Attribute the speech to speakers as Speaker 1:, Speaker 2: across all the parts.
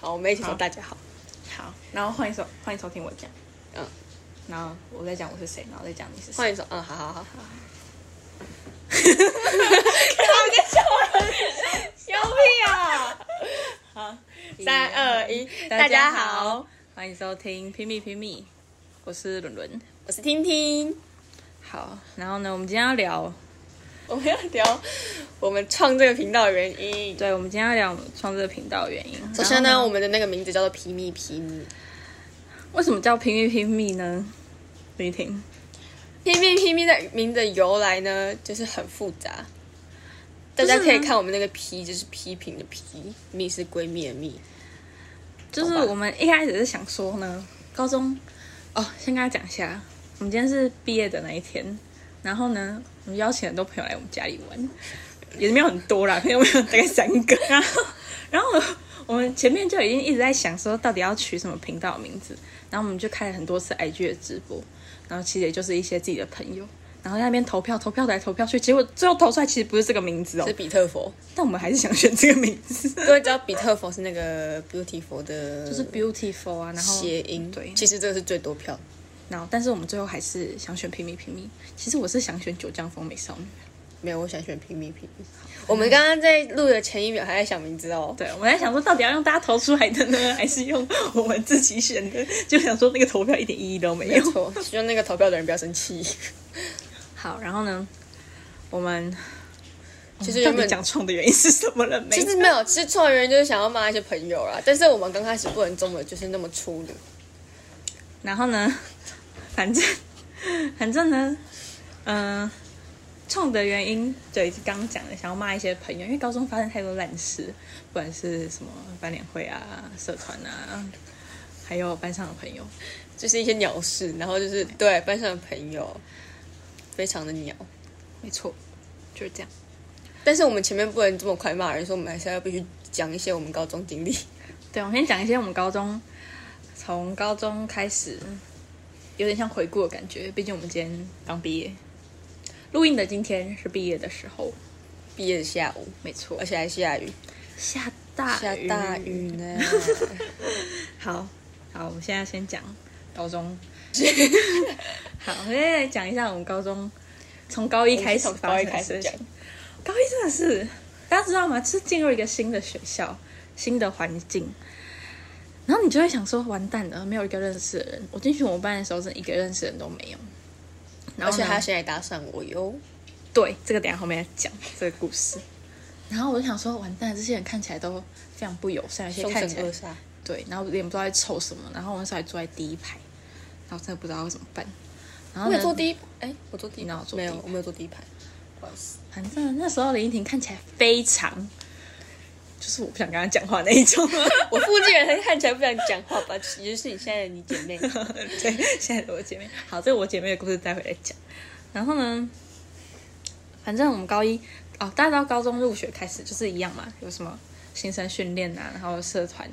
Speaker 1: 好，我们一起说大家好。
Speaker 2: 好，然后换一首，换一首听我讲，
Speaker 1: 嗯，
Speaker 2: 然后我再讲我是谁，然后再讲你是谁。
Speaker 1: 换一首，嗯，好好好。
Speaker 2: 牛屁啊！好，
Speaker 1: 三二一，嗯大家好，，
Speaker 2: 欢迎收听《拼命拼命》，E 我是伦伦。
Speaker 1: 我是听听。
Speaker 2: 好，然后呢，我们今天要聊，
Speaker 1: 我们要聊我们创这个频道的原因。
Speaker 2: 对，我们今天要聊我们创这个频道的原因。
Speaker 1: 首先
Speaker 2: 然
Speaker 1: 呢，
Speaker 2: 后
Speaker 1: 我们的那个名字叫做皮密皮密，
Speaker 2: 为什么叫拼命拼命 E 呢？李婷，
Speaker 1: 皮密皮密的名字的由来呢，就是很复杂。大家
Speaker 2: 就是呢
Speaker 1: 可以看我们那个皮，就是批评的皮，蜜是闺蜜的蜜。
Speaker 2: 就是我们一开始是想说呢，高中哦，先跟大家讲一下，我们今天是毕业的那一天，然后呢，我们邀请很多朋友来我们家里玩，也没有很多啦，朋 友没有大概三 个，然后然后我们前面就已经一直在想说，到底要取什么频道的名字，然后我们就开了很多次 IG 的直播，然后其实也就是一些自己的朋友。然后在那边投票，投票来投票去，结果最后投出来其实不是这个名字哦
Speaker 1: 是，比特佛，
Speaker 2: 但我们还是想选这个名字，
Speaker 1: 各位知道比特佛是那个 beautiful 的，
Speaker 2: 就是 beautiful 啊，然后
Speaker 1: 谐音。
Speaker 2: 对
Speaker 1: 其实这个是最多票的。
Speaker 2: 然后，但是我们最后还是想选平民平民。其实我是想选九江风美少女。
Speaker 1: 没有，我想选平民平民。我们刚刚在录的前一秒还在想名字哦。
Speaker 2: 对，我们在想说，到底要用大家投出来的呢， 还是用我们自己选的？就想说那个投票一点意义都没
Speaker 1: 没
Speaker 2: 有。
Speaker 1: 错，希望那个投票的人不要生气。
Speaker 2: 好，然后呢，我们
Speaker 1: 其
Speaker 2: 就
Speaker 1: 实
Speaker 2: 到
Speaker 1: 原
Speaker 2: 底
Speaker 1: 本
Speaker 2: 讲创的原因是什么了没
Speaker 1: 其？实没有，其实创业人就是想要骂一些朋友啦。但是我们刚开始不能这么就是那么粗鲁。
Speaker 2: 然后呢，反正反正呢，嗯、冲的原因对是刚讲的，想要骂一些朋友，因为高中发生太多烂事，不管是什么班联会啊、社团啊，还有班上的朋友，
Speaker 1: 就是一些鸟事，然后就是对班上的朋友非常的鸟。
Speaker 2: 没错，就是这样。
Speaker 1: 但是我们前面不能这么快骂人，说我们还是要必须讲一些我们高中经历。
Speaker 2: 对，我们先讲一些我们高中，从高中开始，有点像回顾的感觉，毕竟我们今天刚毕业，录音的今天是毕业的时候，
Speaker 1: 毕业的下午，
Speaker 2: 没错
Speaker 1: 而，且还下雨，
Speaker 2: 下大
Speaker 1: 下大雨 呢。
Speaker 2: 好，好，我们现在先讲 高中。好，我们现在来讲一下我们高中从高一开始
Speaker 1: 从
Speaker 2: 发
Speaker 1: 高一
Speaker 2: 生的
Speaker 1: 开
Speaker 2: 事
Speaker 1: 始
Speaker 2: 情
Speaker 1: 讲。，
Speaker 2: 高一真的是，大家知道吗？就是进入一个新的学校、新的环境，然后你就会想说，完蛋了，没有一个认识的人。我进去我们班的时候，真的一个认识的人都没有。然
Speaker 1: 而
Speaker 2: 后
Speaker 1: 且
Speaker 2: 呢
Speaker 1: 他现在搭讪我哟。
Speaker 2: 对，这个等一下后面再讲这个故事。然后我就想说，完蛋，这些人看起来都非常不友善，而且
Speaker 1: 凶
Speaker 2: 看
Speaker 1: 神
Speaker 2: 起来
Speaker 1: 恶煞。
Speaker 2: 对，然后也不知道在抽什么，然后我那时候还坐在第一排，然后真的不知道要怎么办。然后
Speaker 1: 我
Speaker 2: 呢
Speaker 1: 有坐第一，哎，我坐第一
Speaker 2: 你哪有
Speaker 1: 排，
Speaker 2: 坐
Speaker 1: 没有
Speaker 2: 第一，排
Speaker 1: 我没有坐第一排，不好意思。
Speaker 2: 反正那时候林依婷看起来非常，就是我不想跟她讲话那一种。
Speaker 1: 我附近人看起来不想讲话吧，也就是你现在的你姐妹。
Speaker 2: 对，现在的我姐妹。好，这个我姐妹的故事待会再讲。然后呢，反正我们高一哦，大家知道高中入学开始就是一样嘛，有什么新生训练啊，然后社团，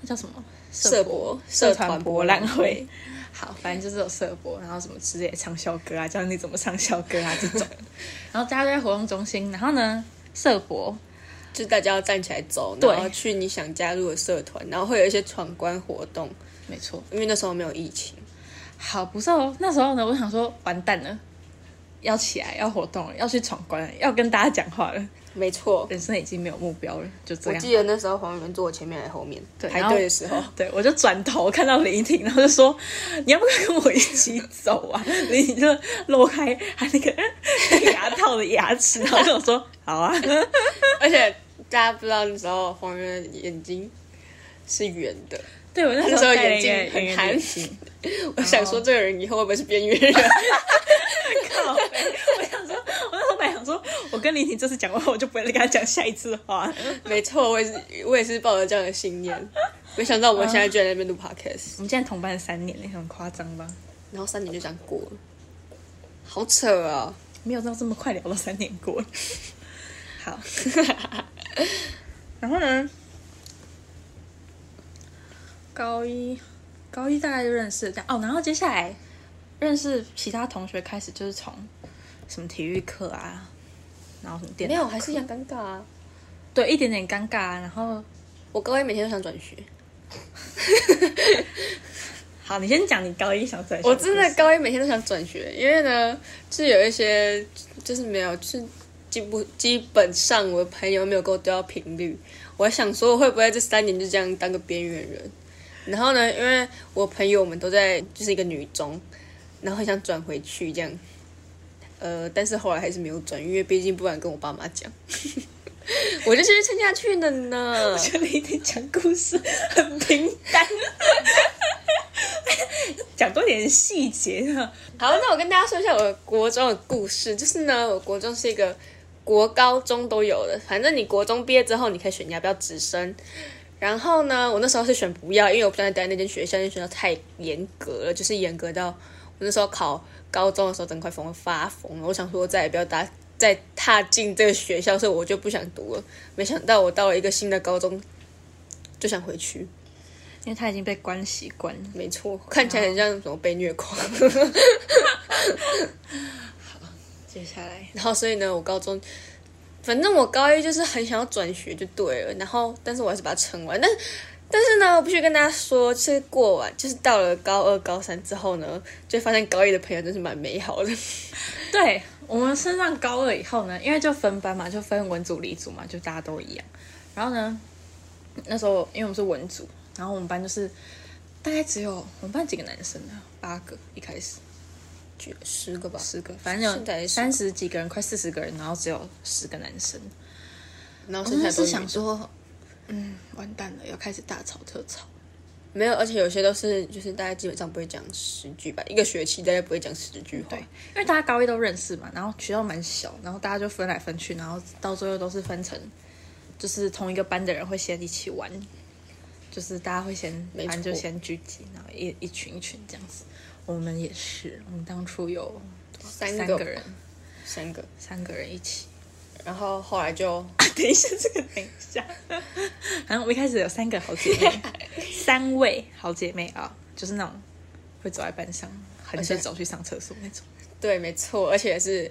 Speaker 2: 那叫什么
Speaker 1: 社博
Speaker 2: 社
Speaker 1: 社团
Speaker 2: 团博
Speaker 1: 博
Speaker 2: 览
Speaker 1: 览
Speaker 2: 会
Speaker 1: 会。
Speaker 2: 好，反正就是有社博，然后什么之类的唱校歌啊，教你怎么唱校歌啊这种。然后大家都在活动中心，然后呢，社博
Speaker 1: 就是大家要站起来走，
Speaker 2: 对
Speaker 1: 然后去你想加入的社团，然后会有一些闯关活动，
Speaker 2: 没错，
Speaker 1: 因为那时候没有疫情，
Speaker 2: 好，不是哦。那时候呢，我想说，完蛋了，要起来，要活动了，要去闯关了，要跟大家讲话了。
Speaker 1: 没错。
Speaker 2: 人生已经没有目标了，就这
Speaker 1: 我
Speaker 2: 样。
Speaker 1: 记得那时候黄仁坐我前面还是后面，
Speaker 2: 对
Speaker 1: 排队的时候，
Speaker 2: 对，我就转头看到林依婷，然后就说：“你要不要跟我一起走啊？”林依婷就露开她那个牙套的牙齿，然后跟我说：“好啊。
Speaker 1: 而且大家不知道那时候黄仁的眼睛是圆的，
Speaker 2: 对”我那时
Speaker 1: 那时
Speaker 2: 候
Speaker 1: 候
Speaker 2: 戴了
Speaker 1: 眼
Speaker 2: 一
Speaker 1: 镜
Speaker 2: 个
Speaker 1: 很
Speaker 2: 圆圆的
Speaker 1: 憨
Speaker 2: 眼镜，
Speaker 1: 我想说这个人以后会不会是边缘人？
Speaker 2: 靠北！我想说，我那时候本来想说，我跟林依婷这次讲完，我就不会再跟她讲下一次的话。
Speaker 1: 没错，我也是，我也是抱着这样的信念，没想到我们现在居然在那边录 podcast，
Speaker 2: 我们现在同班三年，很夸张吧？
Speaker 1: 然后三年就这样过了，好扯啊！
Speaker 2: 没有到这么快聊到三年 过。好， 然后呢？高一，高一大概就认识这样哦。然后接下来认识其他同学开始，就是从什么体育课啊，然后什么电
Speaker 1: 没
Speaker 2: 脑
Speaker 1: 有，还是一样尴尬啊。
Speaker 2: 对一点点尴尬、啊，然后
Speaker 1: 我高一每天都想转学，
Speaker 2: 好，你先讲你高一想转学
Speaker 1: 我
Speaker 2: 故事。
Speaker 1: 真的高一每天都想转学，因为呢，就是有一些就是没有，就是基不基本上我的朋友没有跟我对到频率，我还想说我会不会这三年就这样当个边缘人。然后呢，因为我朋友们都在就是一个女中，然后很想转回去这样，呃，但是后来还是没有转，因为毕竟不敢跟我爸妈 讲， 我就继续撑下去了呢。
Speaker 2: 觉得你讲故事很平 淡，讲多点细节啊。
Speaker 1: 好，那我跟大家说一下我国中的故事，就是呢，我国中是一个国高中都有的，反正你国中毕业之后，你可以选你要不要直升。然后呢，我那时候是选不要，因为我不想待在那间学校，那间学校太严格了，就是严格到我那时候考高中的时候，整快疯发疯了。我想说，我再也不要搭再踏进这个学校，所以我就不想读了。没想到我到了一个新的高中，就想回去。
Speaker 2: 因为他已经被关习惯了。
Speaker 1: 没错，看起来很像什么被虐狂。
Speaker 2: 接下来，
Speaker 1: 然后所以呢，我高中，反正我高一就是很想要转学就对了，然后但是我还是把它撑完。但但是呢，我必须跟大家说，就是过完，就是到了高二、高三之后呢，就发现高一的朋友真是蛮美好的。
Speaker 2: 对我们升上高二以后呢，因为就分班嘛，就分文组、理组嘛，就大家都一样。然后呢，那时候因为我们是文组，然后我们班就是大概只有我们班几个男生啊，八个一开始，
Speaker 1: 九十个吧，
Speaker 2: 十个，反正
Speaker 1: 现在
Speaker 2: 有
Speaker 1: 也是
Speaker 2: 三十几个人，快四十个人，然后只有十个男生。
Speaker 1: 然后
Speaker 2: 我
Speaker 1: 剩
Speaker 2: 真
Speaker 1: 下都哦是
Speaker 2: 的是
Speaker 1: 女
Speaker 2: 想说，嗯，完蛋了，要开始大吵特吵。
Speaker 1: 没有，而且有些都是就是大家基本上不会讲十句吧，一个学期大家不会讲十句话
Speaker 2: 对。，因为大家高一都认识嘛，然后学校蛮小，然后大家就分来分去，然后到最后都是分成，就是同一个班的人会先一起玩，就是大家会先
Speaker 1: 没
Speaker 2: 反正就
Speaker 1: 错
Speaker 2: 先聚集，然后一一群一群这样子。我们也是，我们当初有
Speaker 1: 三
Speaker 2: 三
Speaker 1: 个
Speaker 2: 个人，
Speaker 1: 三个，
Speaker 2: 三个人一起。
Speaker 1: 然后后来就
Speaker 2: 啊，等一下，这个等一下。反正我们一开始有三个好姐 妹，三位好姐妹啊、就是那种会走在班上，横着走去上厕所那种。
Speaker 1: 对，没错，而且是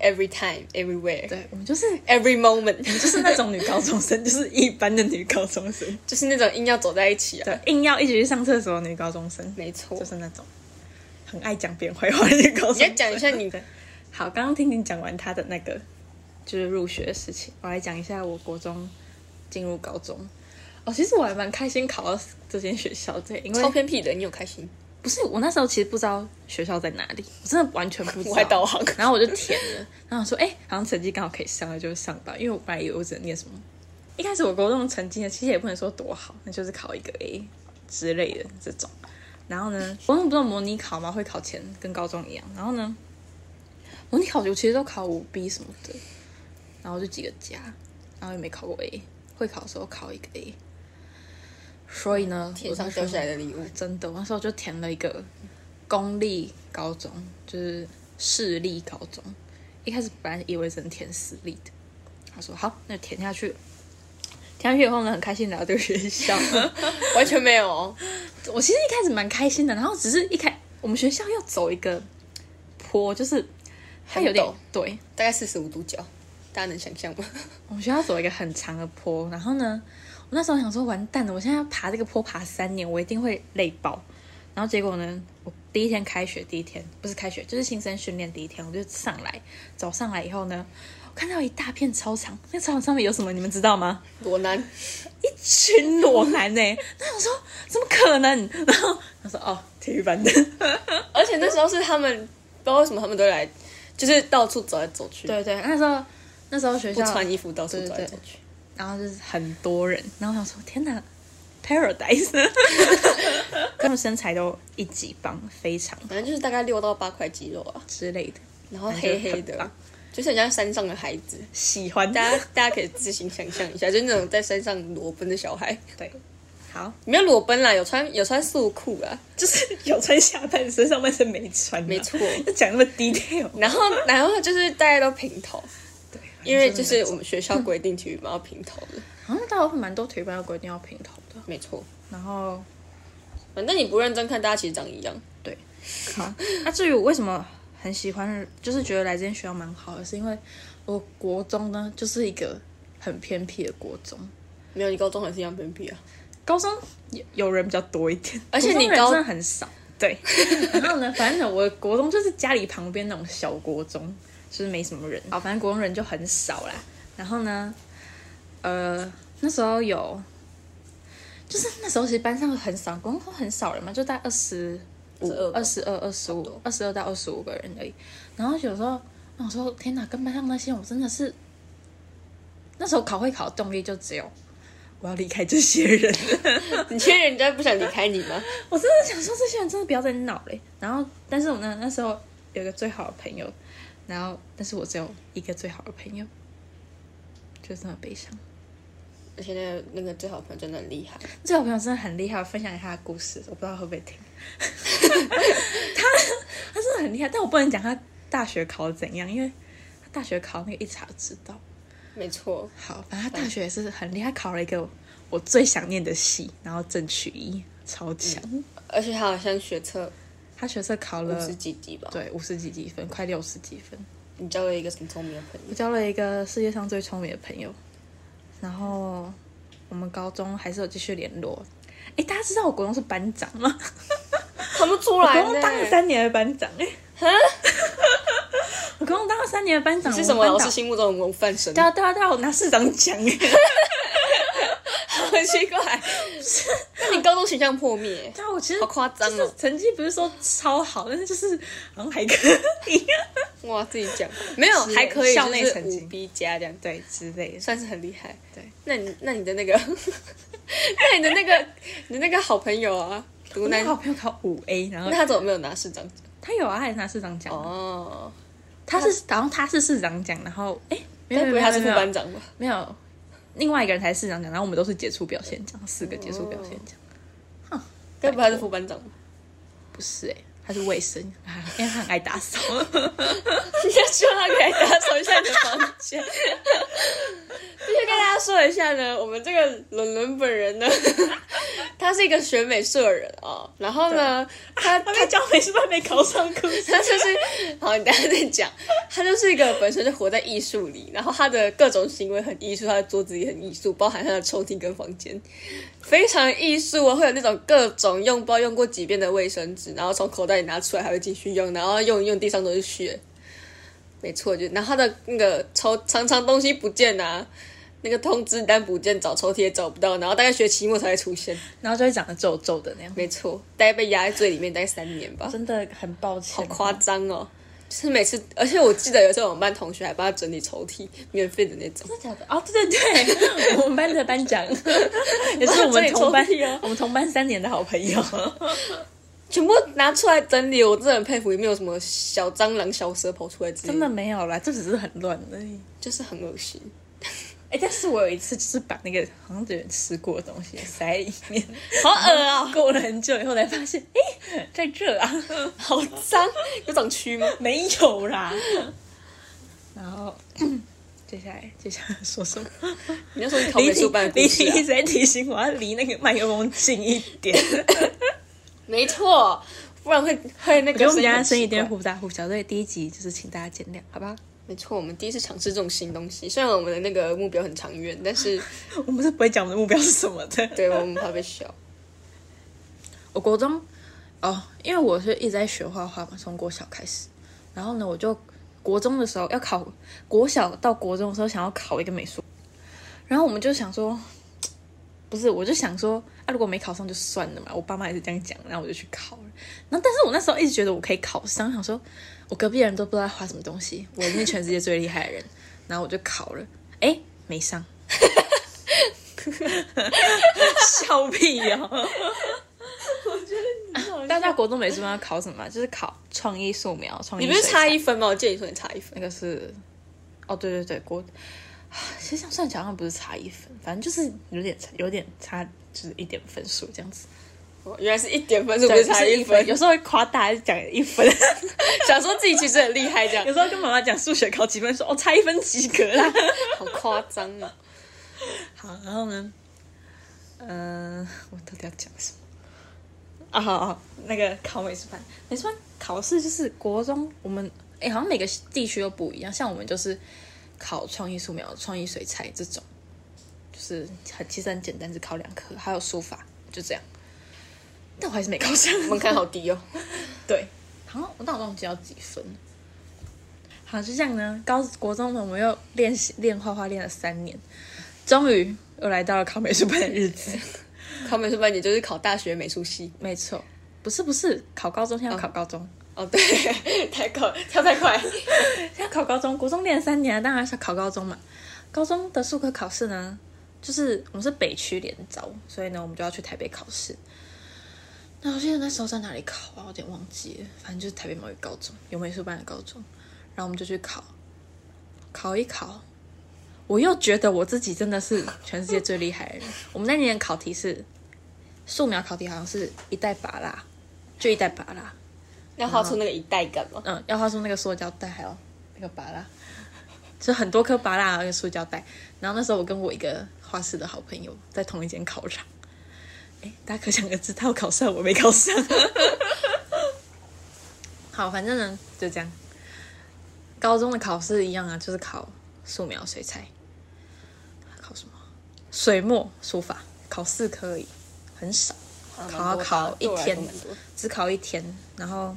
Speaker 1: every time everywhere
Speaker 2: 对，我们就是。
Speaker 1: every moment，
Speaker 2: 就是那种女高中生， 就是一般的女高中生，
Speaker 1: 就是那种硬要走在一起啊。
Speaker 2: 对，硬要一起去上厕所的女高中生，
Speaker 1: 没错
Speaker 2: 就是那种很爱讲别人坏话的女高中
Speaker 1: 你
Speaker 2: 生。
Speaker 1: 要讲一下你
Speaker 2: 对，好，刚刚听你讲完她的那个就是入学的事情，我来讲一下我国中进入高中。哦，其实我还蛮开心考到这间学校，对，因
Speaker 1: 超
Speaker 2: 为
Speaker 1: 偏僻的，你有开心？
Speaker 2: 不是我那时候其实不知道学校在哪里，我真的完全不知道。
Speaker 1: 我还导航
Speaker 2: 然后我就填了，然后我说哎、好像成绩刚好可以上了，就上到，因为我本来以为我只能念什么。一开始我国中成绩呢，其实也不能说多好，那就是考一个 A 之类的这种。然后呢，国中不是有模拟考吗？会考前跟高中一样。然后呢，模拟考我其实都考五 B 什么的，然后就几个加，然后也没考过 A。会考的时候考一个 A，所以呢，
Speaker 1: 天上
Speaker 2: 我那时
Speaker 1: 掉
Speaker 2: 候
Speaker 1: 下来的礼物，
Speaker 2: 真的，我那时候就填了一个公立高中，就是市立高中。一开始本来以为只能填私立的，他说好，那就填下去。填下去以后呢，很开心来到这个学校。
Speaker 1: 完全没有哦。
Speaker 2: 我其实一开始蛮开心的，然后只是一开我们学校要走一个坡，就是它有点
Speaker 1: 很陡
Speaker 2: 对，
Speaker 1: 大概四十五度角，大家能想象吗？
Speaker 2: 我们学校走一个很长的坡，然后呢，我那时候想说完蛋了，我现在要爬这个坡爬三年，我一定会累爆。然后结果呢，我第一天开学第一天不是开学，就是新生训练第一天，我就上来走上来以后呢，我看到一大片操场，那操场上面有什么你们知道吗？
Speaker 1: 裸男，
Speaker 2: 群裸男呢、那我说怎么可能？然后他说哦，体育班的。
Speaker 1: 而且那时候是他们，不知道为什么他们都来，就是到处走来走去，
Speaker 2: 对对，那时候那时候学
Speaker 1: 不
Speaker 2: 校
Speaker 1: 穿衣服到处走来
Speaker 2: 对对
Speaker 1: 走去。
Speaker 2: 然后就是很多人，然后我想说天哪，paradise，他们身材都一级棒，非常
Speaker 1: 反正就是大概六到八块肌肉啊，
Speaker 2: 之类的，
Speaker 1: 然后黑黑
Speaker 2: 感觉很
Speaker 1: 的
Speaker 2: 棒，
Speaker 1: 就是很像山上的孩子。
Speaker 2: 喜欢
Speaker 1: 大家大家可以自行想象一下，就是那种在山上裸奔的小孩，
Speaker 2: 对，好，
Speaker 1: 没有裸奔啦，有穿有穿束裤啊，
Speaker 2: 就是有穿下半身，上半身没穿、
Speaker 1: 没错
Speaker 2: 要讲那么 detail，
Speaker 1: 然后然后就是大家都平头，
Speaker 2: 对，
Speaker 1: 因为就是我们学校规定体育班要平头的，
Speaker 2: 好像大部分蛮多体育班要规定要平头的，
Speaker 1: 没错。
Speaker 2: 然后
Speaker 1: 反啊正你不认真看，大家其实长一样。
Speaker 2: 对， 好。那至于我为什么很喜欢，就是觉得来这间学校蛮好的，是因为我国中呢就是一个很偏僻的国中，
Speaker 1: 没有，你高中还是一样偏僻啊。
Speaker 2: 高中有有人比较多一点，
Speaker 1: 而且
Speaker 2: 国中
Speaker 1: 你
Speaker 2: 人
Speaker 1: 高
Speaker 2: 真的很少。 对，然后呢，反正我国中就是家里旁边那种小国中，就是没什么人。好，哦反正国中人就很少啦。然后呢，呃，那时候有，就是那时候其实班上很少，国中很少人嘛，就大概二十
Speaker 1: 22吧
Speaker 2: 二十二、二十五、二十二到二十五个人而已。然后有时候，我想说天哪，跟班上那些人我真的是，那时候考会考的动力就只有我要离开这些人。
Speaker 1: 你确认人家不想离开你吗？
Speaker 2: 我真的想说，这些人真的不要再闹嘞。然后，但是我呢，那时候有一个最好的朋友，然后，但是我只有一个最好的朋友，就这么悲伤。
Speaker 1: 而且那个那个最好的朋友真的很厉害，
Speaker 2: 这个朋友真的很厉害，我分享给他的故事，我不知道会不会听。 他他真的很厉害，但我不能讲他大学考得怎样，因为他大学考那个一查就知道。
Speaker 1: 没错，
Speaker 2: 好，反正他大学也是很厉害，考了一个我最想念的系，然后正取一，超强。
Speaker 1: 而且他好像学测
Speaker 2: 他学测考
Speaker 1: 五
Speaker 2: 了
Speaker 1: 十几级吧，
Speaker 2: 对五十几几分，快六十几分。
Speaker 1: 你交了一个很聪明的朋
Speaker 2: 我
Speaker 1: 友，
Speaker 2: 交了一个世界上最聪明的朋友，然后我们高中还是有继续联络。哎，大家知道我国中是班长吗？
Speaker 1: 看不出
Speaker 2: 我
Speaker 1: 来
Speaker 2: 国中当了
Speaker 1: 呢。
Speaker 2: 三年的班长 哎、我国中当了三年的班长，
Speaker 1: 是什么
Speaker 2: 我们
Speaker 1: 老
Speaker 2: 班
Speaker 1: 师
Speaker 2: 导？
Speaker 1: 心目中的模范生？
Speaker 2: 对啊对啊对啊，我拿市长奖 哎、
Speaker 1: 很 奇怪。那你高中形象破 灭，
Speaker 2: 啊但我其实
Speaker 1: 好夸张哦
Speaker 2: 就是成绩不是说超好，但是就是好像还可 以，
Speaker 1: 哇，自己讲没有
Speaker 2: 是
Speaker 1: 还可以，
Speaker 2: 校
Speaker 1: 就
Speaker 2: 内
Speaker 1: 是
Speaker 2: 成绩
Speaker 1: 五 B 加这样，
Speaker 2: 对之类的。
Speaker 1: 算是很厉害。
Speaker 2: 对，
Speaker 1: 那你那你的那个， 那你的那个你的那个好朋友啊，
Speaker 2: 我
Speaker 1: 毒
Speaker 2: 那
Speaker 1: 男
Speaker 2: 个，好朋友考五 A，然后
Speaker 1: 那他怎么没有拿市长奖？
Speaker 2: 他有啊，他也拿市长奖啊。
Speaker 1: 哦，
Speaker 2: 他是，然后他是市长奖，然后哎，没有
Speaker 1: 该
Speaker 2: 没
Speaker 1: 不
Speaker 2: 有
Speaker 1: 会他是
Speaker 2: 没
Speaker 1: 副
Speaker 2: 有
Speaker 1: 班长吧？
Speaker 2: 没有，另外一个人才是市长奖，然后我们都是杰出表现奖，四个杰出表现奖，
Speaker 1: 该不会他是副班长吧？
Speaker 2: 不是哎、他是卫生，啊因为他很爱打扫。
Speaker 1: 你先希望他可以打扫一下你的房间。 必须跟大家说一下呢，我们这个伦伦本人呢， 他是一个学美术的人哦，然后呢，他
Speaker 2: 他被教美术班没考上科，
Speaker 1: 他就是，好，你等一下再讲。他就是一个本身就活在艺术里，然后他的各种行为很艺术，他的桌子也很艺术，包含他的抽屉跟房间，非常艺术啊，会有那种各种用不知道用过几遍的卫生纸，然后从口袋里拿出来还会继续用，然后用一用地上都是血。没错，就然后他的那个抽常常东西不见啊，那个通知单不见，找抽屉也找不到，然后大概学期末才会出现。
Speaker 2: 然后就会长得皱皱的那样，
Speaker 1: 没错，大概被压在嘴里面待三年吧。
Speaker 2: 真的很抱
Speaker 1: 好
Speaker 2: 歉。
Speaker 1: 夸张哦！就是每次，而且我记得有时候我们班同学还帮他整理抽屉，免费的那种。
Speaker 2: 真的假的？哦，对对对，我们班的班 长也是我
Speaker 1: 哇这
Speaker 2: 们
Speaker 1: 里
Speaker 2: 同班
Speaker 1: 抽屉哦，
Speaker 2: 我们同班三年的好朋友。
Speaker 1: 全部拿出来整理，我真的很佩服，也没有什么小蟑螂、小蛇跑出来之类
Speaker 2: 真的没有啦，这只是很乱而已。
Speaker 1: 就是很恶心。
Speaker 2: 哎、但是我有一次就是把那个好像有人吃过的东西塞里 面，
Speaker 1: 好恶啊、
Speaker 2: 过了很久以后才发现，哎、在这啊，
Speaker 1: 好脏，有长蛆吗？
Speaker 2: 没有啦。然后 接下来接下来说什么？
Speaker 1: 你就说你考美术班的故
Speaker 2: 李
Speaker 1: 事、
Speaker 2: 婷一
Speaker 1: 啊
Speaker 2: 直，在提醒我要离那个麦克风近一 点，
Speaker 1: 没错，不然会会那
Speaker 2: 我
Speaker 1: 个
Speaker 2: 觉得我
Speaker 1: 是很
Speaker 2: 们家的声音一
Speaker 1: 奇怪
Speaker 2: 定会忽大忽小，所以第一集就是请大家见谅，好吧？
Speaker 1: 没错，我们第一次尝试这种新东西，虽然我们的那个目标很长远，但是
Speaker 2: 我们是不会讲我们的目标是什么的。
Speaker 1: 对我们怕被笑。
Speaker 2: 我国中哦，因为我是一直在学画画嘛，从国小开始。然后呢，我就国中的时候要考，国小到国中的时候想要考一个美术，然后我们就想说，不是，我就想说啊，如果没考上就算了嘛，我爸妈也是这样讲，然后我就去考了。然后，但是我那时候一直觉得我可以考上，想说我隔壁的人都不知道在画什么东西，我是全世界最厉害的人。 然后我就考了，哎，没上， 笑屁呀、大家国中美术班要考什么啊？就是考创意素描、创意
Speaker 1: 你
Speaker 2: 水
Speaker 1: 不
Speaker 2: 彩。
Speaker 1: 是差一分吗？我建议说你差一分。
Speaker 2: 那个是，哦，对对对，国，其实这样算起来好像不是差一分，反正就是有点差，有点差，就是一点分数这样子。
Speaker 1: 哦原来是一点分，是不是差
Speaker 2: 就是
Speaker 1: 一分？
Speaker 2: 有时候会夸大讲一分，
Speaker 1: 想说自己其实很厉害，这样
Speaker 2: 有时候跟妈妈讲数学考几分，说哦差一分及格啦。
Speaker 1: 好夸张啊！
Speaker 2: 好，然后呢，嗯、我到底要讲什么？啊，好好，那个考美术班，美术班考试就是国中，我们哎、好像每个地区都不一样，像我们就是考创意素描、创意水彩这种，就是很其实很简单，只考两科，还有书法，就这样。但我还是没考上，
Speaker 1: 门槛好低哦。
Speaker 2: 对，好像但我忘记要几分。好，就这样呢。高国中呢，我们又练习练画画，练了三年，终于又来到了考美术班的日子。
Speaker 1: 考美术班也就是考大学美术系。
Speaker 2: 没错，不是不是，考高中现在要考高中，
Speaker 1: 哦，对， 太快，跳太快。
Speaker 2: 现在考高中，国中练了三年，当然是要考高中嘛。高中的数科考试呢，就是我们是北区连招，所以呢，我们就要去台北考试。那我记得那时候在哪里考啊？我有点忘记了，反正就是台北某一个高中有美术班的高中，然后我们就去考，考一考，我又觉得我自己真的是全世界最厉害的人。我们那年的考题是素描考题，好像是一袋拔蜡，就一袋拔蜡，
Speaker 1: 要画出那个一代感吗？
Speaker 2: 嗯，要画出那个塑胶袋，还有那个拔蜡，就很多颗拔蜡，还有那个塑胶袋。然后那时候我跟我一个画室的好朋友在同一间考场，哎，大家可想而知，他有考上，我没考上。 好，反正呢就这样。高中的考试一样啊，就是考素描、水彩，考什么？水墨、书法，考四科而已，很少。
Speaker 1: 嗯
Speaker 2: 考考一
Speaker 1: 对我
Speaker 2: 天
Speaker 1: 来说蛮多，
Speaker 2: 只考一天，然后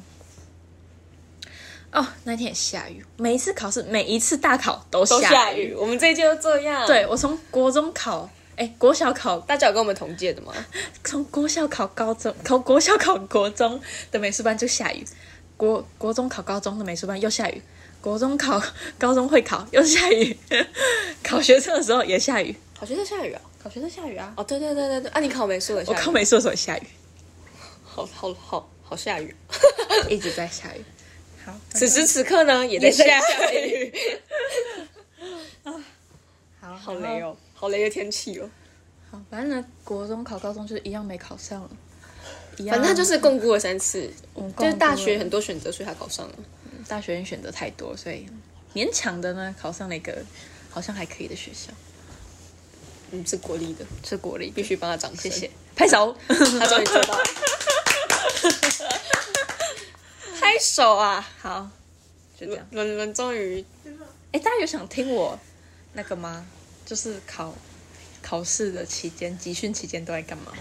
Speaker 2: 哦，那天也下雨。每一次考试，每一次大考都
Speaker 1: 都
Speaker 2: 下
Speaker 1: 下雨。我们这一届都这样。，
Speaker 2: 对我从国中考，哎，国小考，
Speaker 1: 大家有跟我们同届的吗？
Speaker 2: 从国小考高中，考国小考国中的美术班就下雨，国国中考高中的美术班又下雨，国中考高中会考又下雨， 考学测的时候也下雨，
Speaker 1: 考学生下雨啊？
Speaker 2: 考学测下雨啊，
Speaker 1: 哦，对对对对对，啊，你考美术的下
Speaker 2: 我
Speaker 1: 雨，
Speaker 2: 考美术的时候也下雨，
Speaker 1: 好好好好下雨。
Speaker 2: 一直在下雨。好，
Speaker 1: 此时此刻呢，也在下雨，
Speaker 2: 好
Speaker 1: 好雷哦，好雷的天气哦。
Speaker 2: 好，反正呢，国中考、高中就是一样没考上了，一样
Speaker 1: 反正他就是共估了三次，
Speaker 2: 我们
Speaker 1: 就是大学
Speaker 2: 共
Speaker 1: 很多选择，所以他考上了。
Speaker 2: 读了大学生选择太多，所以勉强的呢考上了一个好像还可以的学校，
Speaker 1: 嗯，是国立的，
Speaker 2: 是国立，
Speaker 1: 必须帮他掌声。
Speaker 2: 谢谢，，拍 手。
Speaker 1: 他终于做到了。拍手啊！
Speaker 2: 好，就这样
Speaker 1: 伦。伦伦终于
Speaker 2: 哎，大家有想听我那个吗？就是考考试的期间、集训期间都在干嘛？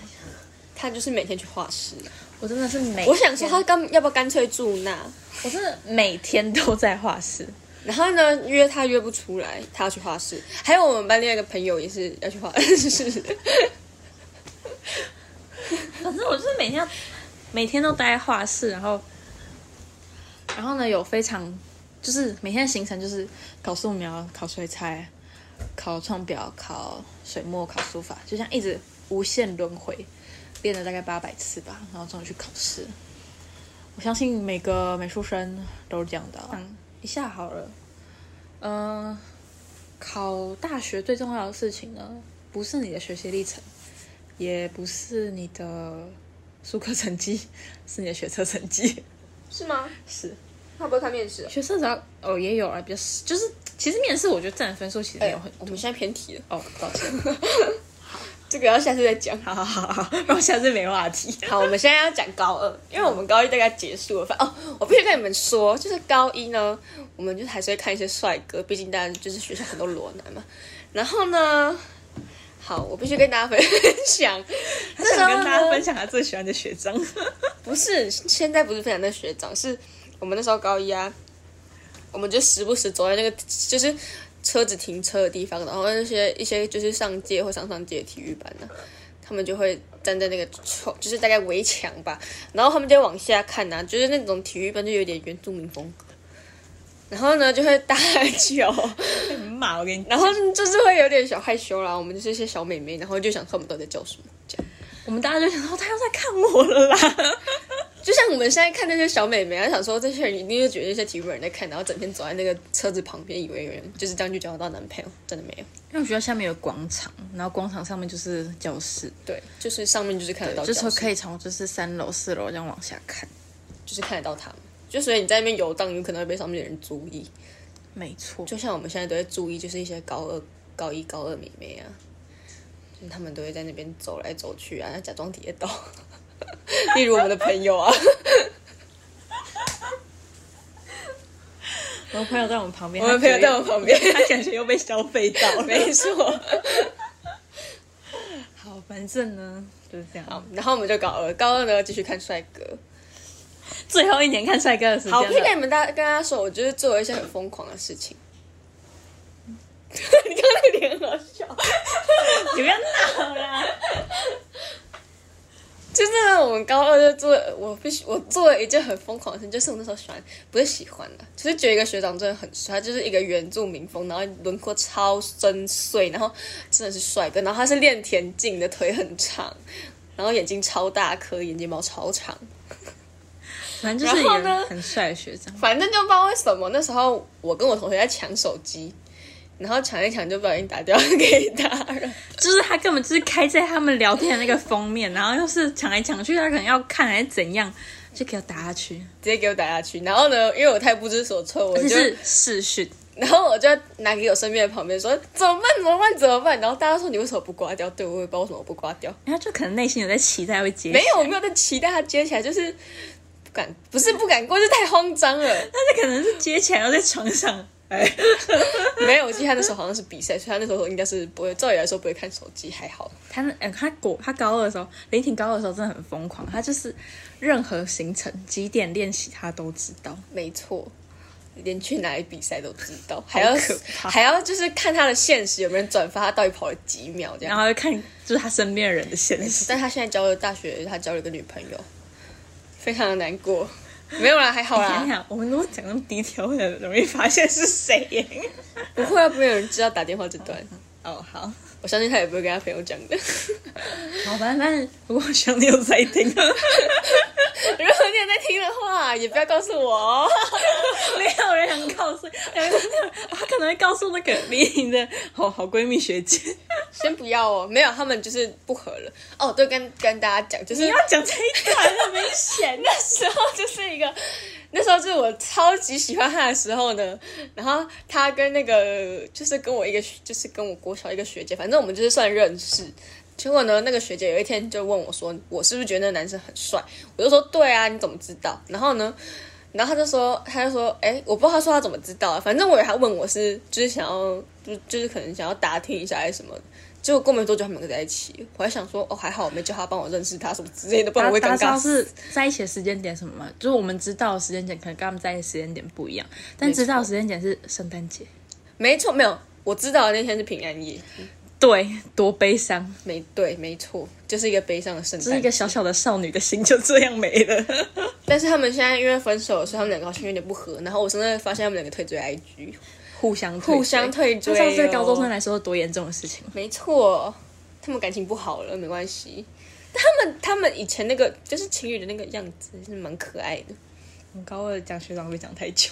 Speaker 1: 他就是每天去画室。
Speaker 2: 我真的是每
Speaker 1: 我想说
Speaker 2: 天
Speaker 1: 他干要不要干脆住那，
Speaker 2: 我真的每天都在画室。
Speaker 1: 然后呢约他约不出来，他要去画室。还有我们班另外一个朋友也是要去画室，
Speaker 2: 反正我就是每天要每天都待在画室，然后然后呢有非常就是每天的行程就是考素描、考水彩、考创表、考水墨、考书法，就像一直无限轮回，练了大概八百次吧，然后终于去考试。我相信每个美术生都是这样的啊。嗯，一下好了，嗯、考大学最重要的事情呢，不是你的学习历程。也不是你的术科成绩， 是你的学测成绩。
Speaker 1: 是吗？
Speaker 2: 是
Speaker 1: 他不会看面试、
Speaker 2: 学测只要哦也有啊，比较就是其实面试我觉得占分数其实没有很
Speaker 1: 我
Speaker 2: 多、
Speaker 1: 们现在偏题了，
Speaker 2: 哦，抱歉，
Speaker 1: 这个要下次再讲。
Speaker 2: 好好好好，然后下次没话 题。
Speaker 1: 好，我们现在要讲高二，因为我们高一大概结束了。反哦，我必须跟你们说，就是高一呢，我们就是还是会看一些帅哥，毕竟大家就是学校很多裸男嘛。然后呢，好，我必须跟大家分享，
Speaker 2: 他
Speaker 1: 时
Speaker 2: 想
Speaker 1: 候
Speaker 2: 跟大家
Speaker 1: 呢
Speaker 2: 分享他最喜欢的学长，
Speaker 1: 不是现在不是分享那学长，是我们那时候高一啊，我们就时不时走在那个就是车子停车的地方，然后那些一些就是上届或上上届的体育班呢、他们就会站在那个窗，就是大概围墙吧，然后他们就往下看呐、就是那种体育班就有点原住民风，然后呢就会打球。
Speaker 2: 被你嗯骂我跟你。
Speaker 1: 然后就是会有点小害羞啦，我们就是一些小妹妹，然后就想看我们到底在叫什么，这样。
Speaker 2: 我们大家就想说他又在看我了 啦。
Speaker 1: 就像我们现在看那些小妹妹，然后想说这些人一定就觉得那些体育人在看，然后整天走在那个车子旁边，以为有人就是这样就交到男朋友，真的没有。
Speaker 2: 因为我学校下面有广场，然后广场上面就是教室，
Speaker 1: 对，就是上面就是看得到，
Speaker 2: 就是可
Speaker 1: 以，
Speaker 2: 以从就是三楼、四楼这样往下看。
Speaker 1: 就是看得到他们。就所以你在那边游荡，有可能会被上面的人注意。
Speaker 2: 没错，
Speaker 1: 就像我们现在都会注意，就是一些高二、高一、高二妹妹啊，就是他们都会在那边走来走去啊，假装跌倒。 例如我们的朋友 啊，
Speaker 2: 我朋友在我们旁 边，
Speaker 1: 我们朋友在我们旁边。
Speaker 2: 他感觉又被消费到了。
Speaker 1: 没错。
Speaker 2: 反正呢就是这样。
Speaker 1: 好，然后我们就搞二，高二呢继续看帅哥。
Speaker 2: 最后一年看帅哥的时间
Speaker 1: 好，我可以
Speaker 2: 了
Speaker 1: 跟你们大跟大家说，我就是做了一些很疯狂的事情。 你刚刚那个脸很好笑，
Speaker 2: 你不要闹啦！
Speaker 1: 就是呢，我们高二就做了，我必须我做了一件很疯狂的事情，就是我那时候喜欢，不是喜欢的，就是觉得一个学长真的很帅，他就是一个原住民风，然后轮廓超深邃，然后真的是帅哥，然后他是练田径的，腿很长，然后眼睛超大颗，眼睫毛超长，
Speaker 2: 反正就是一
Speaker 1: 然后呢
Speaker 2: 个很帅的学长，
Speaker 1: 反正就不知道为什么那时候我跟我同学在抢手机，然后抢一抢就不小心打电话给他了。
Speaker 2: 就是他根本就是开在他们聊天的那个封面，然后又是抢来抢去，他可能要看还是怎样，就给他打下去，
Speaker 1: 直接给我打下去。然后呢，因为我太不知所措，我
Speaker 2: 而且
Speaker 1: 就是
Speaker 2: 视讯，
Speaker 1: 然后我就拿给我身边的旁边说怎么办怎么办怎么办。然后大家说你为什么不挂掉？对我也不知道为什么我不挂 掉。
Speaker 2: 然后就可能内心有在期待会接，
Speaker 1: 没有，我没有在期待他接起来，就是不敢，不是不敢过，就是太慌 张了。
Speaker 2: 但是可能是接起来然后在床上，哎，
Speaker 1: 没有，我记得他那时候好像是比赛，所以他那时候应该是不会，照理来说不会看手机，还好。
Speaker 2: 他那、呃他国他高二的时候，林婷高二的时候真的很疯狂，他就是任何行程几点练习他都知道，
Speaker 1: 没错。连去哪里比赛都知道，还要
Speaker 2: 可怕
Speaker 1: 还要就是看他的现实有没有人转发，他到底跑了几秒这样
Speaker 2: 然。后就看就是他身边的人的现实，
Speaker 1: 但他现在交了大学，他交了一个女朋友，非常的难过。没有啦，还好
Speaker 2: 想
Speaker 1: 啦，
Speaker 2: 想，哎啊我们如果讲那么低调，会很容易发现是谁耶。
Speaker 1: 不会啊，不会有人知道打电话这段。
Speaker 2: 哦，好，
Speaker 1: 我相信他也不会跟他朋友讲的。
Speaker 2: 好吧，那如果兄弟有在听，啊 没
Speaker 1: 如果你有在听的话，也不要告诉我哦。
Speaker 2: 有人想告诉，没有人他可能会告诉那个李婷的好好闺蜜学姐。
Speaker 1: 先不要哦，没有，他们就是不合了。哦，对，跟跟大家讲，就是
Speaker 2: 你要讲这一段很明 显的
Speaker 1: 那时候就是一个，那时候就是我超级喜欢他的时候呢。然后他跟那个就是跟我一个就是跟我国小一个学姐，反正我们就是算认识。结果呢，那个学姐有一天就问我说：“我是不是觉得那个男生很帅？”我就说：“对啊，你怎么知道？”然后呢，然后他就说，他就说：“哎、我不知道他说他怎么知道啊，反正我以为他问我是就是想要就就是可能想要打听一下还是什么的。”结果过没多久，他们两个在一起。我还想说，哦，还好我没叫他帮我认识他什么之类的，不然
Speaker 2: 大
Speaker 1: 我会
Speaker 2: 大
Speaker 1: 尴
Speaker 2: 家知道
Speaker 1: 尬死。
Speaker 2: 是在一起的时间点什么吗？就是我们知道的时间点，可能跟他们在一起的时间点不一样，但知道的时间点是圣诞节。
Speaker 1: 没错，没有，我知道的那天是平安夜，
Speaker 2: 对，多悲伤！
Speaker 1: 没对，没错，就是一个悲伤的圣
Speaker 2: 这是一
Speaker 1: 诞
Speaker 2: 个。小小的少女的心就这样没了。
Speaker 1: 但是他们现在因为分手了，所以他们两个好像有点不和。然后我现在发现他们两个退追 IG，
Speaker 2: 互相
Speaker 1: 互相退追
Speaker 2: 这上次对
Speaker 1: 哦
Speaker 2: 高中生来说多严重的事情。
Speaker 1: 没错，他们感情不好了，没关系。他们他们以前那个就是情侣的那个样子是蛮可爱的。
Speaker 2: 我们高二讲学长会讲太久，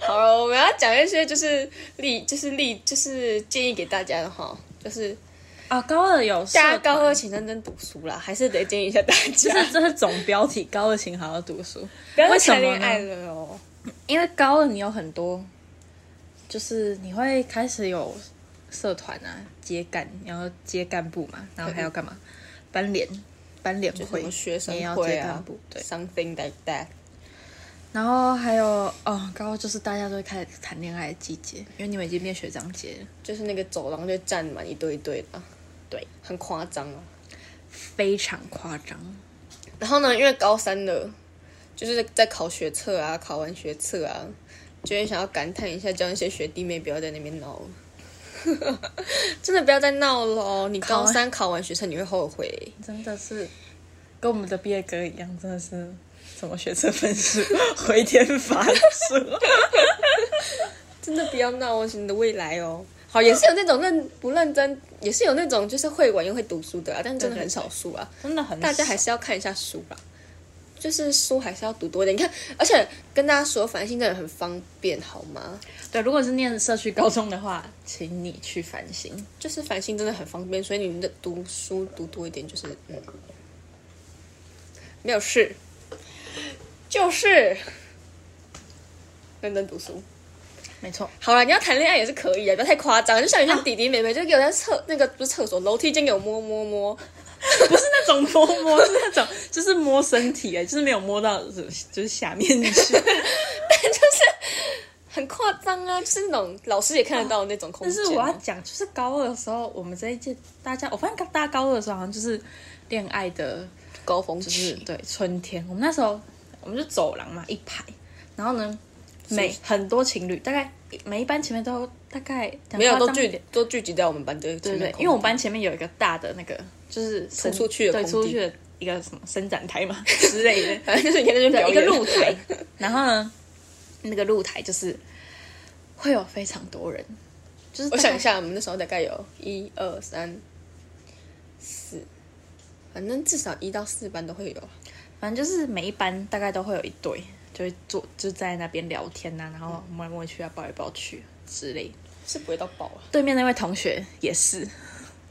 Speaker 1: 好了，我们要讲一些就是例就是例就是建议给大家的哈，就是
Speaker 2: 啊，高二有社
Speaker 1: 大家
Speaker 2: 团
Speaker 1: 高二请认真读书啦，还是得建议一下大
Speaker 2: 这
Speaker 1: 家，
Speaker 2: 这是总标题，高二请好好读书。
Speaker 1: 不要再
Speaker 2: 为什么
Speaker 1: 谈恋
Speaker 2: 呢
Speaker 1: 爱了哦。
Speaker 2: 因为高二你有很多，就是你会开始有社团啊，接干，然后接干部嘛，然后还要干嘛？班联，班联
Speaker 1: 就
Speaker 2: 会，
Speaker 1: 什么学生
Speaker 2: 你也要
Speaker 1: 会
Speaker 2: 接
Speaker 1: 啊
Speaker 2: 干部，对。
Speaker 1: ，something like that。
Speaker 2: 然后还有哦，高二就是大家都会开始谈恋爱的季节，因为你们已经变学长姐了，
Speaker 1: 就是那个走廊就站满一堆一堆的啊，
Speaker 2: 对，
Speaker 1: 很夸张啊。
Speaker 2: 非常夸张。
Speaker 1: 然后呢，因为高三了，就是在考学测啊，考完学测啊，就会想要感叹一下，叫那些学弟妹不要在那边闹 了，真的不要再闹了哦！你高三考完学测你会后悔，
Speaker 2: 真的是跟我们的毕业歌一样，真的是什么学测分数回天乏术。
Speaker 1: 真的不要闹哦，是你的未来哦。 好，也是有那种认不认真，也是有那种就是会玩又会读书的啊，但真的很少数啊。
Speaker 2: 真的很
Speaker 1: 大家还是要看一下书吧，就是书还是要读多一点。你看，而且跟大家说，繁星真的很方便，好吗？
Speaker 2: 对，如果是念社区高中的话，请你去反省。
Speaker 1: 就是繁星真的很方便，所以你的读书读多一点，就是嗯，没有事，就是认真读书。
Speaker 2: 没错，
Speaker 1: 好了，你要谈恋爱也是可以的，不要太夸张。就像有些
Speaker 2: 啊
Speaker 1: 弟弟妹妹，就给我在厕那个不是厕所楼梯间给我摸摸摸，
Speaker 2: 不是那种摸摸，是那种就是摸身体哎、就是没有摸到就是下面去。
Speaker 1: 就是很夸张啊，就是那种老师也看得到的那种空
Speaker 2: 但
Speaker 1: 间、
Speaker 2: 是我要讲，就是高二的时候，我们这一届大家，我发现大家高二的时候好像就是恋爱的，
Speaker 1: 高峰
Speaker 2: 就
Speaker 1: 期
Speaker 2: 是，对春天。我们那时候我们就走廊嘛一排，然后呢，每很多情侣，大概每一班前面都大概
Speaker 1: 没有都
Speaker 2: 两到三
Speaker 1: 聚都聚集在我们班的
Speaker 2: 对
Speaker 1: 前面
Speaker 2: 对，
Speaker 1: 空
Speaker 2: 因为我们班前面有一个大的那个，就是伸
Speaker 1: 出去的
Speaker 2: 对，
Speaker 1: 空
Speaker 2: 出
Speaker 1: 地
Speaker 2: 去的一个什么伸展 台嘛之类的，
Speaker 1: 反正就是你看那边表
Speaker 2: 对，一
Speaker 1: 演
Speaker 2: 个露 台。然后呢，那个露台就是会有非常多人，就是
Speaker 1: 我
Speaker 2: 大
Speaker 1: 想
Speaker 2: 概
Speaker 1: 一，下，我们那时候大概有一二三四，反正至少一到四班都会有。啊
Speaker 2: 反正就是每一班大概都会有一对，就会坐就在那边聊天呐、然后摸来摸去啊，抱来抱去之类的。
Speaker 1: 是不会到爆啊，
Speaker 2: 对面那位同学也是，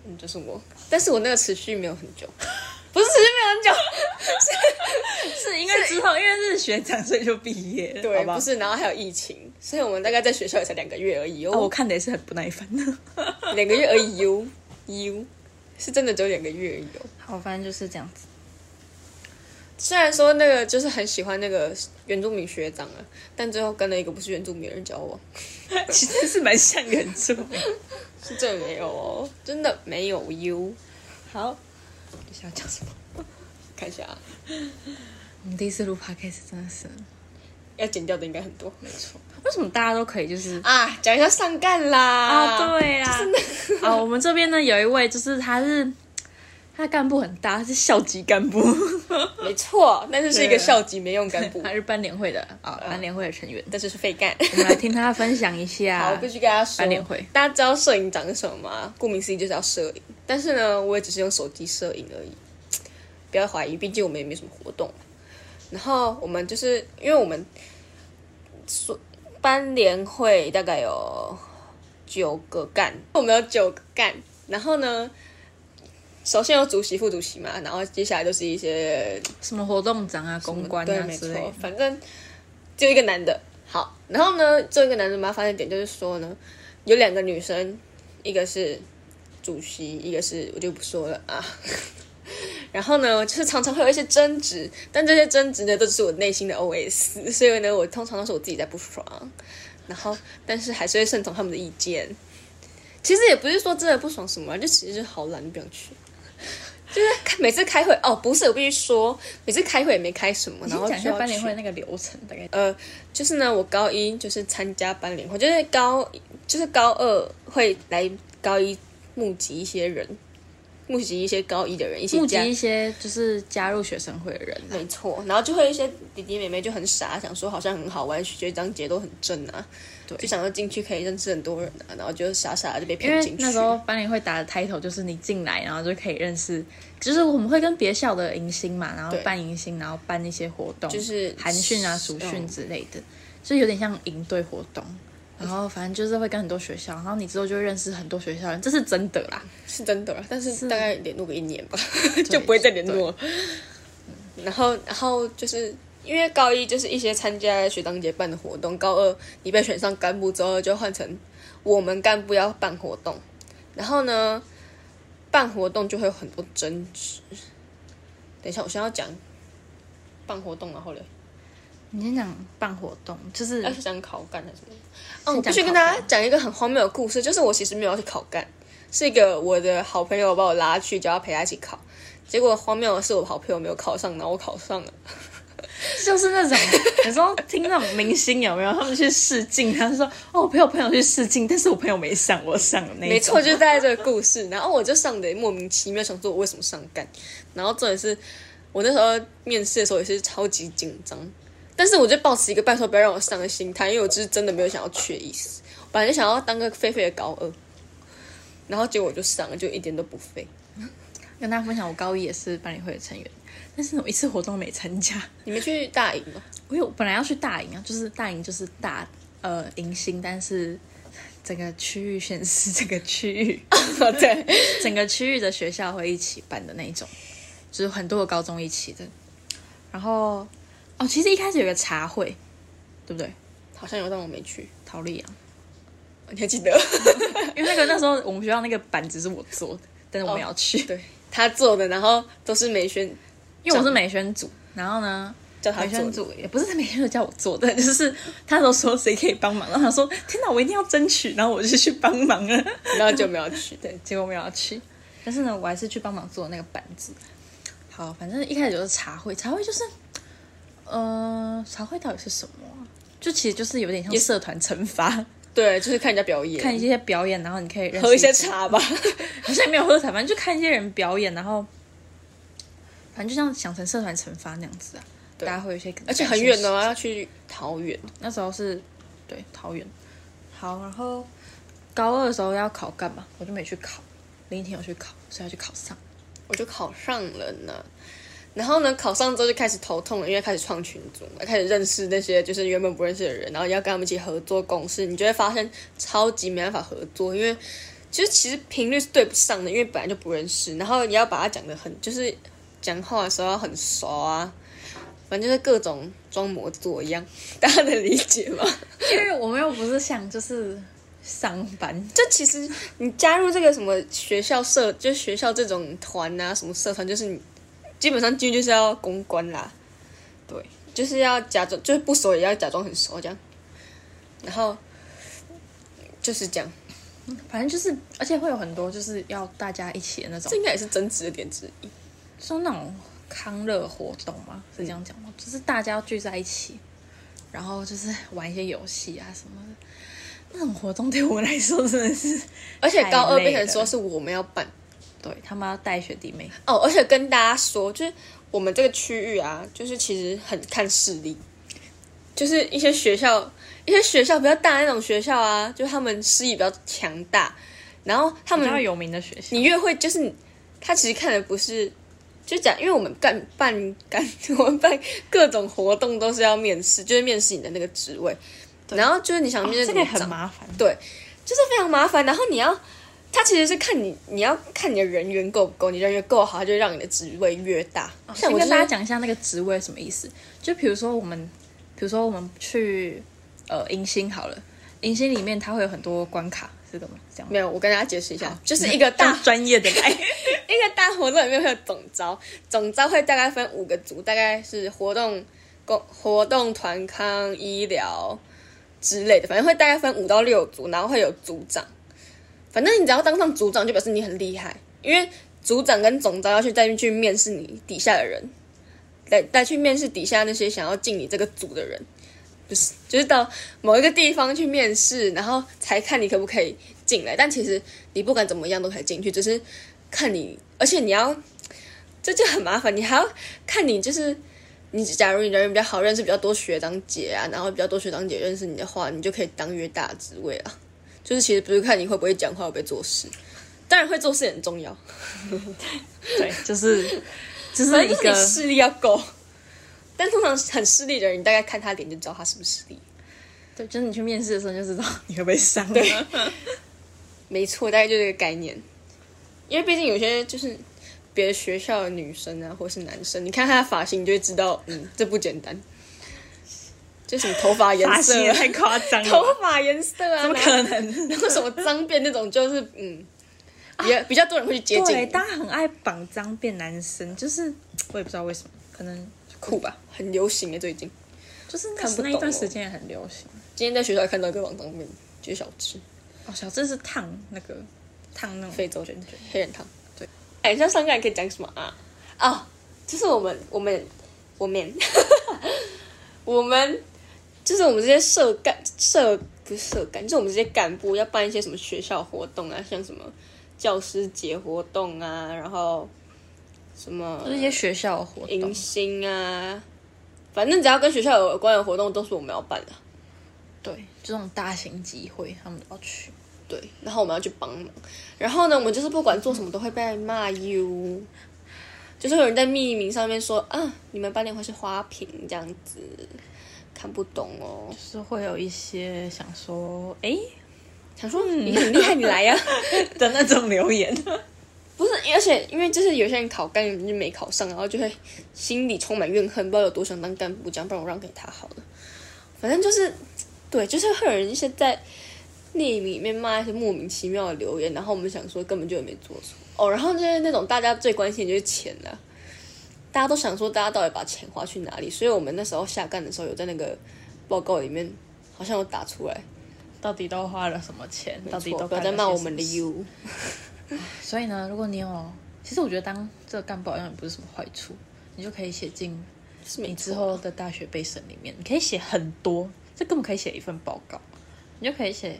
Speaker 1: 嗯，就是我，但是我那个持续没有很 久，不是持续没有很久，
Speaker 2: 是因为之后因为是学长，所以就毕业了， 好
Speaker 1: 对，
Speaker 2: 吧啊
Speaker 1: 不？是，然后还有疫情，所以我们大概在学校也才两个月而已
Speaker 2: 哦，我
Speaker 1: 哦，
Speaker 2: 看的也是很不耐烦的。哦
Speaker 1: 两个月而已哟，哟，是真的只有两个月而已哦。
Speaker 2: 好，反正就是这样子。
Speaker 1: 虽然说那个就是很喜欢那个原住民学长啊，但最后跟了一个不是原住民的人交往，
Speaker 2: 其实是蛮像原著。
Speaker 1: 是真的没有哦，真的没有哟。
Speaker 2: 好，你想要讲什么？
Speaker 1: 看一下、啊，
Speaker 2: 我们第一次录 podcast 真的是
Speaker 1: 要剪掉的应该很多。
Speaker 2: 没错。为什么大家都可以就是
Speaker 1: 啊，讲一下上干啦。
Speaker 2: 对啦，啊，我们这边呢有一位就是他是他干部很大，他是校级干部，
Speaker 1: 对， 没错，但是是一个校级没用干 部，
Speaker 2: 他是班联会的啊，班联会的成员。
Speaker 1: 但是是废干。
Speaker 2: 我们来听他分享一
Speaker 1: 好，我
Speaker 2: 下
Speaker 1: 必。须跟大家说
Speaker 2: 班联会，
Speaker 1: 大家知道摄影长是什么吗？顾名思义就是要摄影，但是呢，我也只是用手机摄影而已，不要怀疑，毕竟我们也没什么活动。然后我们就是因为我们所班联会大概有九个干，我们有九个干，然后呢，首先有主席、副主席嘛，然后接下来就是一些
Speaker 2: 什么活动长啊、公关
Speaker 1: 对，
Speaker 2: 啊
Speaker 1: 没
Speaker 2: 之类
Speaker 1: 错
Speaker 2: 的，，
Speaker 1: 反正就一个男的。好，然后呢，这个男的麻烦的点就是说呢，有两个女生，一个是主席，一个是我就不说了啊。然后呢，就是常常会有一些争执，但这些争执呢，都只是我内心的 OS，所以 呢，我通常都是我自己在不爽，然后但是还是会顺从他们的意见。其实也不是说真的不爽什么，就其实就是好懒，不想去。 就是开每次开会哦，不是我必须说，每次开会也没开什么，然
Speaker 2: 你先
Speaker 1: 后
Speaker 2: 讲一
Speaker 1: 就
Speaker 2: 下
Speaker 1: 要
Speaker 2: 班联
Speaker 1: 去
Speaker 2: 会那个流程，大概
Speaker 1: 呃，就是呢，我高一就是参加班联会，就是高就是高二会来高一募集一些人，募集一些高一的人一起
Speaker 2: 募集
Speaker 1: 加
Speaker 2: 一些就是加入学生会的人啊，
Speaker 1: 没错，然后就会一些弟弟妹妹就很傻，想说好像很好玩，学长姐都很正啊，
Speaker 2: 对
Speaker 1: 就想要进去可以认识很多人啊，然后就傻傻的就被
Speaker 2: 因
Speaker 1: 骗进
Speaker 2: 为
Speaker 1: 去。
Speaker 2: 那时候班联会打的 title 就是你进来，然后就可以认识，就是我们会跟别校的迎新嘛，然后
Speaker 1: 对
Speaker 2: 办迎新，然后办一些活动，
Speaker 1: 就是
Speaker 2: 寒训啊、暑
Speaker 1: 嗯
Speaker 2: 训之类的，就有点像营队活动。然后反正就是会跟很多学校，然后你之后就会认识很多学校人，这是真的啦。
Speaker 1: 是真的啦，但是
Speaker 2: 是
Speaker 1: 大概联络个一年吧， 就不会再联络了。然后，然后就是因为高一就是一些参加学长姐办的活动，高二你被选上干部之后，就换成我们干部要办活动。然后呢，办活动就会有很多争执。等一下，我先要讲办活动，啊然后嘞，
Speaker 2: 你先讲办活动，就是
Speaker 1: 要去讲哎考干还是什么？呃哦，我
Speaker 2: 先讲
Speaker 1: 必须跟
Speaker 2: 考
Speaker 1: 大家
Speaker 2: 干
Speaker 1: 讲一个很荒谬的故事，就是我其实没有要去考干，是一个我的好朋友把我拉去，叫他陪他一起考。结果荒谬的是，我好朋友没有考上，然后我考上了。
Speaker 2: 就是那种 有时候听那种明星有没有，他们去试镜，他就说哦，我陪我朋友去试镜，但是我朋友没上，我上了那一
Speaker 1: 没
Speaker 2: 种
Speaker 1: 错，就是大概这个故事。然后我就上的莫名其妙，想说我为什么上干。然后重点是我那时候面试的时候也是超级紧张，但是我就抱持一个拜托不要让我上的心态，因为我就是真的没有想要去的意思。我本来就想要当个废废的高二，然后结果我就上了，就一点都不废。
Speaker 2: 跟大家分享，我高一也是班里会的成员，但是我一次活动没参加，
Speaker 1: 你们去大营吗？
Speaker 2: 因为我本来要去大营啊，就是大营就是大呃迎新，但是整个区域县市整个区域
Speaker 1: 对，
Speaker 2: 整个区域的学校会一起办的那一种，就是很多个高中一起的。然后哦，其实一开始有个茶会，对不对？
Speaker 1: 好像有，但我没去。
Speaker 2: 陶丽阳，
Speaker 1: 你还记 得？
Speaker 2: 因为那个那时候我们学校那个板子是我做的，但是我没有去，
Speaker 1: 对他做的，然后都是美宣，
Speaker 2: 因为我是美宣组。然后呢，
Speaker 1: 叫他
Speaker 2: 美
Speaker 1: 做
Speaker 2: 宣。组也不是他每天都叫我做的， 就是他都说谁可以帮忙，然后他说天哪，我一定要争取，然后我就去帮忙了。
Speaker 1: 然后就没有 去。
Speaker 2: 对， 结果没有要去，但是呢，我还是去帮忙做那个板子。好，反正一开始就是茶会，茶会就是，呃，茶会到底是什么啊、就其实就是有点像社团惩罚，
Speaker 1: 对，就是看人家表演，
Speaker 2: 看一些表演，然后你可以认识
Speaker 1: 喝一些，茶 吧。
Speaker 2: 好像也没有喝茶，反正就看一些人表演，然后反正就像想成社团惩罚那样子啊，大
Speaker 1: 对
Speaker 2: 家会有一些，
Speaker 1: 而且很
Speaker 2: 哦
Speaker 1: 远的，要去桃园。
Speaker 2: 那时候是对桃园。好，然后高二的时候要考干嘛？我就没去考，林婷有去考，所以她去考上。
Speaker 1: 我就考上了呢。然后呢，考上之后就开始头痛了，因为开始创群组嘛，开始认识那些就是原本不认识的人，然后要跟他们一起合作共事，你就会发现超级没办法合作，因为就是其实频率是对不上的，因为本来就不认识，然后你要把它讲的很，就是讲话的时候要很熟啊，反正就是各种装模作样，大家能理解吗？
Speaker 2: 因为我们又不是想就是上班，
Speaker 1: 就其实你加入这个什么学校社，就是学校这种团啊，什么社团，就是你基本上进去就是要公关啦，对，就是要假装，就是不熟也要假装很熟这样，然后就是这样，
Speaker 2: 反正就是，而且会有很多就是要大家一起的那种
Speaker 1: 这，应该也是争执的点之一。
Speaker 2: 说那种康乐活动嘛，是这样讲吗？就是大家要聚在一起，然后就是玩一些游戏啊什么的。那种活动对我来说真的是，
Speaker 1: 而且高二
Speaker 2: 太累
Speaker 1: 变成说
Speaker 2: 了
Speaker 1: 是我们要办，
Speaker 2: 对他们要带学弟妹，
Speaker 1: 哦，而且跟大家说，就是我们这个区域啊，就是其实很看势力，就是一些学校，一些学校比较大的那种学校啊，就他们势力比较强大，然后他
Speaker 2: 比
Speaker 1: 们
Speaker 2: 较有名的学校。
Speaker 1: 你越会就是你他其实看的不是。就讲，因为我们干办干， 我们办各种活动都是要面试，就是面试你的那个职位，然后就是你想面试、
Speaker 2: 哦这个很麻烦，
Speaker 1: 对，就是非常麻烦。然后你要，他其实是看你，你要看你的人缘够不够，你人缘够好，他就让你的职位越大。像
Speaker 2: 先
Speaker 1: 我
Speaker 2: 跟大家
Speaker 1: 讲，
Speaker 2: 讲一下那个职位什么意思。就比如说我们，比如说我们去呃迎新好了，迎新里面它会有很多关卡，是的吗？这 样
Speaker 1: 没有，我跟大家解释一下，就是
Speaker 2: 那
Speaker 1: 一个大
Speaker 2: 这样专业的来，
Speaker 1: 一个大活动里面会有总招，总招会大概分五个组，大概是活动、工、活动、团康、医疗之类的，反正会大概分五到六组，然后会有组长。反正你只要当上组长，就表示你很厉害，因为组长跟总招要去再去面试你底下的人，来再去面试底下那些想要进你这个组的人。不是，就是到某一个地方去面试，然后才看你可不可以进来。但其实你不管怎么样都可以进去，只是看你，而且你要，这就很麻烦，你还要看你就是。你假如你人缘比较好，认识比较多学长姐啊，然后比较多学长姐认识你的话，你就可以当越大的职位啊。就是其实不是看你会不会讲话，会不会做事，当然会做事也很重要，
Speaker 2: 对，就是就是
Speaker 1: 反 正
Speaker 2: 一
Speaker 1: 就是
Speaker 2: 个
Speaker 1: 你势力要够。但通常很势利的人，你大概看他脸就知道他是不是势利。
Speaker 2: 对，就是你去面试的时候你就知道你会不会上。对，
Speaker 1: 没错，大概就这个概念。因为毕竟有些就是别的学校的女生啊，或是男生，你看他的发型，你就会知道，嗯，这不简 单。就什么头发颜
Speaker 2: 发
Speaker 1: 色
Speaker 2: 型也
Speaker 1: 啊、
Speaker 2: 太夸 张
Speaker 1: 头
Speaker 2: 了，
Speaker 1: 发颜色啊，
Speaker 2: 怎么可能？
Speaker 1: 然后什么脏辫那种，就是嗯，比较、比较多人会去接
Speaker 2: 啊对，
Speaker 1: 近，
Speaker 2: 大家很爱绑脏辫男生，就是我也不知道为什么，可能
Speaker 1: 酷吧，很流行的最近。
Speaker 2: 就是那
Speaker 1: 看不
Speaker 2: 那一
Speaker 1: 懂
Speaker 2: 段
Speaker 1: 哦
Speaker 2: 时间也很流行。
Speaker 1: 今天在学校还看到一个网上面，就是小吃
Speaker 2: 哦，小智是烫那个烫那种
Speaker 1: 非洲
Speaker 2: 卷
Speaker 1: 卷
Speaker 2: 卷
Speaker 1: 卷。黑人汤。对，哎，像上个人可以讲什么啊？哦，就是我们我们我们 我们就是我们这些社干社不是社干，就是我们这些干部要办一些什么学校活动啊，像什么教师节活动啊，然后什么
Speaker 2: 就是一些学校的活动
Speaker 1: 迎，新啊，反正只要跟学校有关的活动都是我们要办的。
Speaker 2: 对，这种大型集会他们都要去。
Speaker 1: 对，然后我们要去帮忙。然后呢，我们就是不管做什么都会被骂 you，就是有人在匿名上面说啊，你们班联会是花瓶这样子，看不懂哦。
Speaker 2: 就是会有一些想说，嗯哎、
Speaker 1: 想说你 很厉害，你来呀、
Speaker 2: 的那种留言，
Speaker 1: 不是，而且因为就是有些人考干，有人就没考上，然后就会心里充满怨恨，不知道有多想当干部，这样不然我让给他好了。反正就是，对，就是会有人一些在匿名里面骂一些莫名其妙的留言，然后我们想说根本就没做错哦。然后就是那种大家最关心的就是钱了、大家都想说大家到底把钱花去哪里，所以我们那时候下干的时候有在那个报告里面好像有打出来，
Speaker 2: 到底都花了什么钱？到底
Speaker 1: 没
Speaker 2: 都
Speaker 1: 错不要
Speaker 2: 干
Speaker 1: 再
Speaker 2: 了
Speaker 1: 骂
Speaker 2: 些
Speaker 1: 我
Speaker 2: 什
Speaker 1: 们
Speaker 2: 么
Speaker 1: 的
Speaker 2: 事
Speaker 1: you。
Speaker 2: 所以呢，如果你有，其实我觉得当这个干部好像也不是什么坏处，你就可以写进
Speaker 1: 是
Speaker 2: 你
Speaker 1: 没
Speaker 2: 之
Speaker 1: 错，
Speaker 2: 后的大学备审里面，你可以写很多，这根本可以写一份报告，你就可以写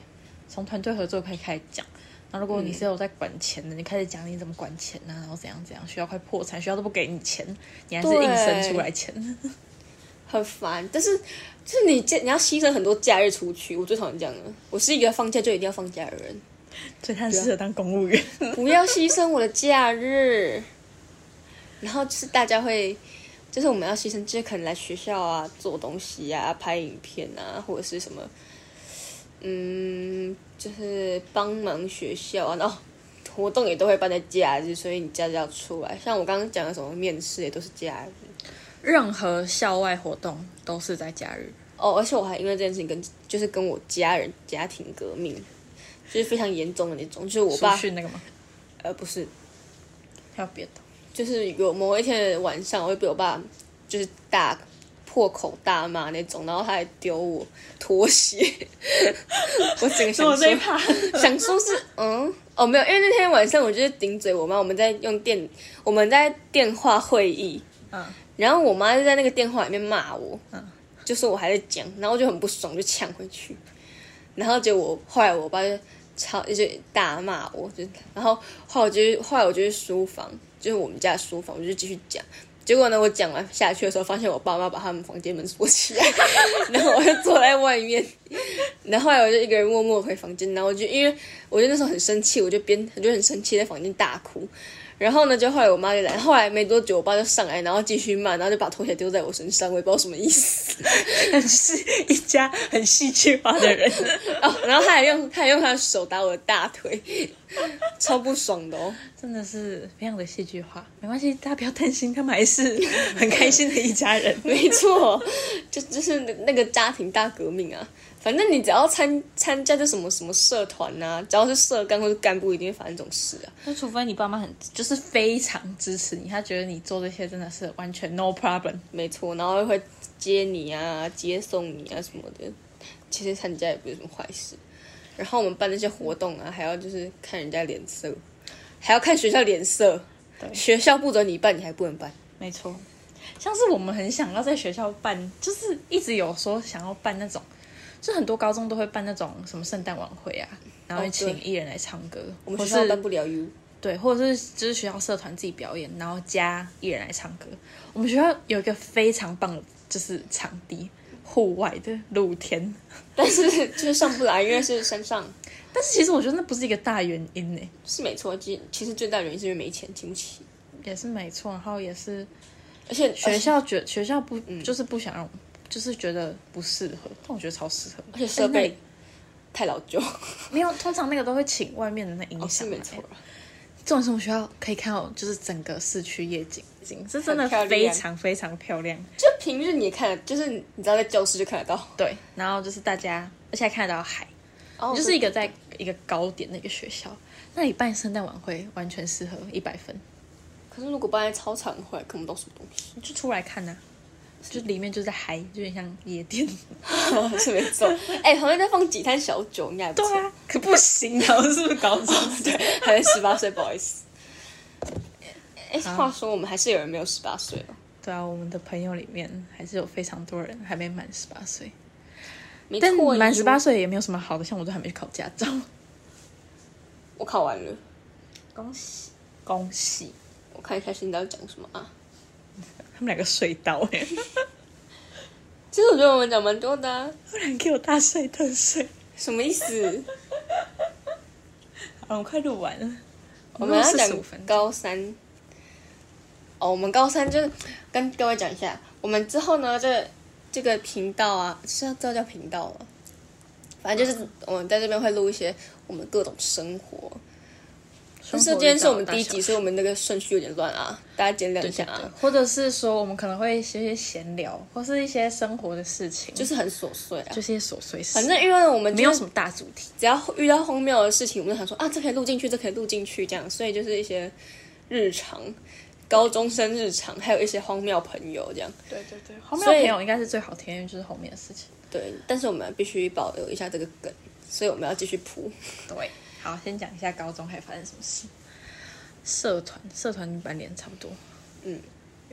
Speaker 2: 从团队合作可以开始讲。那如果你是有在管钱的，你开始讲你怎么管钱呐、然后怎样怎样，学校快破产，学校都不给你钱，你还是硬生出来钱。
Speaker 1: 很烦，但是就是你假你要牺牲很多假日出去，我最讨厌这样了。我是一个放假就一定要放假的人，
Speaker 2: 所以他很适合当公务员。
Speaker 1: 不要牺牲我的假日。然后就是大家会，就是我们要牺牲，就是可能来学校啊做东西啊、拍影片啊，或者是什么，嗯，就是帮忙学校啊，然后活动也都会办在假日，所以你假日要出来。像我刚刚讲的什么面试也都是假日。
Speaker 2: 任何校外活动都是在假日，
Speaker 1: 哦，而且我还因为这件事情跟就是跟我家人家庭革命，就是非常严重的那种。就是我
Speaker 2: 我
Speaker 1: 爸
Speaker 2: 去那个吗？
Speaker 1: 呃不是，
Speaker 2: 还有别的？
Speaker 1: 就是有某一天的晚上，我会被我爸就是大破口大骂那种，然后他还丢我拖鞋， 我整个
Speaker 2: 是我
Speaker 1: 想说
Speaker 2: 最怕。
Speaker 1: 想说是嗯哦没有，因为那天晚上我就是顶嘴我妈，我们在用电我们在电话会议，
Speaker 2: 嗯，
Speaker 1: 然后我妈就在那个电话里面骂我，
Speaker 2: 嗯
Speaker 1: 就说我还在讲，然后我就很不爽，就呛回去，然后结果后来我爸就超就大骂我，就然后后来我就后来我就去书房，就是我们家的书房，我就继续讲。结果呢，我讲完下去的时候，发现我爸妈把他们房间门锁起来， 然后我就坐在外面。然后后来我就一个人默默回房间，然后我就因为我就那时候很生气，我就边我就很生气，在房间大哭。然后呢，就后来我妈就来，后来没多久，我爸就上来，然后继续骂，然后就把拖鞋丢在我身上，我也不知道什么意思。
Speaker 2: 是一家很戏剧化的人。
Speaker 1: 哦，然后他还用他还用他的手打我的大腿，超不爽的哦。。
Speaker 2: 真的是非常的戏剧化，没关系，大家不要担心，他们还是很开心的一家人
Speaker 1: 没错，就就是那个家庭大革命啊。反正你只要参参加就什么什么社团呐、只要是社干或是干部，一定会发生这种事啊。
Speaker 2: 那除非你爸妈很就是非常支持你，他觉得你做这些真的是完全 no problem。
Speaker 1: 没错，然后会接你啊、接送你啊什么的。其实参加也不是什么坏事。然后我们办那些活动啊，还要就是看人家脸色，还要看学校脸色。学校不准你办，你还不能办。
Speaker 2: 没错，像是我们很想要在学校办，就是一直有说想要办那种，就很多高中都会办那种什么圣诞晚会啊，然后
Speaker 1: 哦对
Speaker 2: 请艺人来唱歌，
Speaker 1: 我们
Speaker 2: 或
Speaker 1: 学校
Speaker 2: 是
Speaker 1: 办不了 U。
Speaker 2: 对，或者是就是学校社团自己表演，然后加艺人来唱歌。我们学校有一个非常棒的，就是场地，户外的露天。
Speaker 1: 但是就是上不来，因为是山上，
Speaker 2: 但是其实我觉得那不是一个大原因欸呢，
Speaker 1: 是没错。其其实最大原因是因为没钱，请不起。
Speaker 2: 也是没错。然后也是
Speaker 1: 而且
Speaker 2: 学校觉学校不、
Speaker 1: 嗯
Speaker 2: 就是不想让，就是觉得不适合，但我觉得超适合。
Speaker 1: 而且设
Speaker 2: 哎
Speaker 1: 备太老旧，
Speaker 2: 那里没有，通常那个都会请外面的那音响、
Speaker 1: 哦是没错。。
Speaker 2: 这种我们学校可以看到，就是整个市区夜景，景是真的
Speaker 1: 很漂
Speaker 2: 非
Speaker 1: 亮
Speaker 2: 常非常漂亮。
Speaker 1: 就平日你也看得，就是你知道在教室就看得到，
Speaker 2: 对，然后就是大家，而且还看得到海。
Speaker 1: 哦
Speaker 2: 就是一个在一个高点的一个学校，那里办圣诞晚会完全适合一百分，
Speaker 1: 可是如果搬在操场的话，也看不到什么东西，
Speaker 2: 你就出来看呐、啊就里面就在嗨，就有点像夜 店。
Speaker 1: 是没 错。哎、旁边在放几摊小酒，应该还不错。，
Speaker 2: 可不行啊，我是不是搞错？
Speaker 1: 对，还没十八岁，不好意思。哎、话说我们还是有人没有十八岁哦，
Speaker 2: 对啊，我们的朋友里面还是有非常多人还没满十八岁，
Speaker 1: 没
Speaker 2: 但
Speaker 1: 错，
Speaker 2: 满十八，岁也没有什么好的，像我都还没去考驾照。
Speaker 1: 我考完了。
Speaker 2: 恭喜恭喜！
Speaker 1: 我看一下现在要讲什么啊？
Speaker 2: 他们两个睡到哎、欸，
Speaker 1: 其实我觉得我们讲蛮多的啊、
Speaker 2: 突然给我大睡特睡。
Speaker 1: 什么意 思？
Speaker 2: 好了，我快录完了，
Speaker 1: 我们要
Speaker 2: 四
Speaker 1: 讲
Speaker 2: 十五分钟。
Speaker 1: 高三。哦，我们高三就是跟各位讲一下，我们之后呢，这这个频道啊，是要这叫频道了，反正就是我们在这边会录一些我们各种生活。但是今天是我们第一集，所以我们那个顺序有点乱啊，大家见谅
Speaker 2: 对
Speaker 1: 一下
Speaker 2: 对对
Speaker 1: 啊，，
Speaker 2: 或者是说我们可能会一些闲聊，或是一些生活的事情，
Speaker 1: 就
Speaker 2: 就是
Speaker 1: 很琐碎啊
Speaker 2: 就。是一些琐碎事，
Speaker 1: 反正因为我们
Speaker 2: 没有
Speaker 1: 就是
Speaker 2: 什么大主题。
Speaker 1: 只要遇到荒谬的事情，我们就想说啊，这可以录进去，这可以录进去，这样，所以就是一些日常。高中生日常，还有一些荒谬朋友这样。
Speaker 2: 对对对，后面
Speaker 1: 所以
Speaker 2: 朋友应该是最好听，因为就是后面的事情。
Speaker 1: 对，但是我们必须保留一下这个梗，所以我们要继续铺。
Speaker 2: 对，好，先讲一下高中还发生什么事。社团，社团班联差不多，
Speaker 1: 嗯，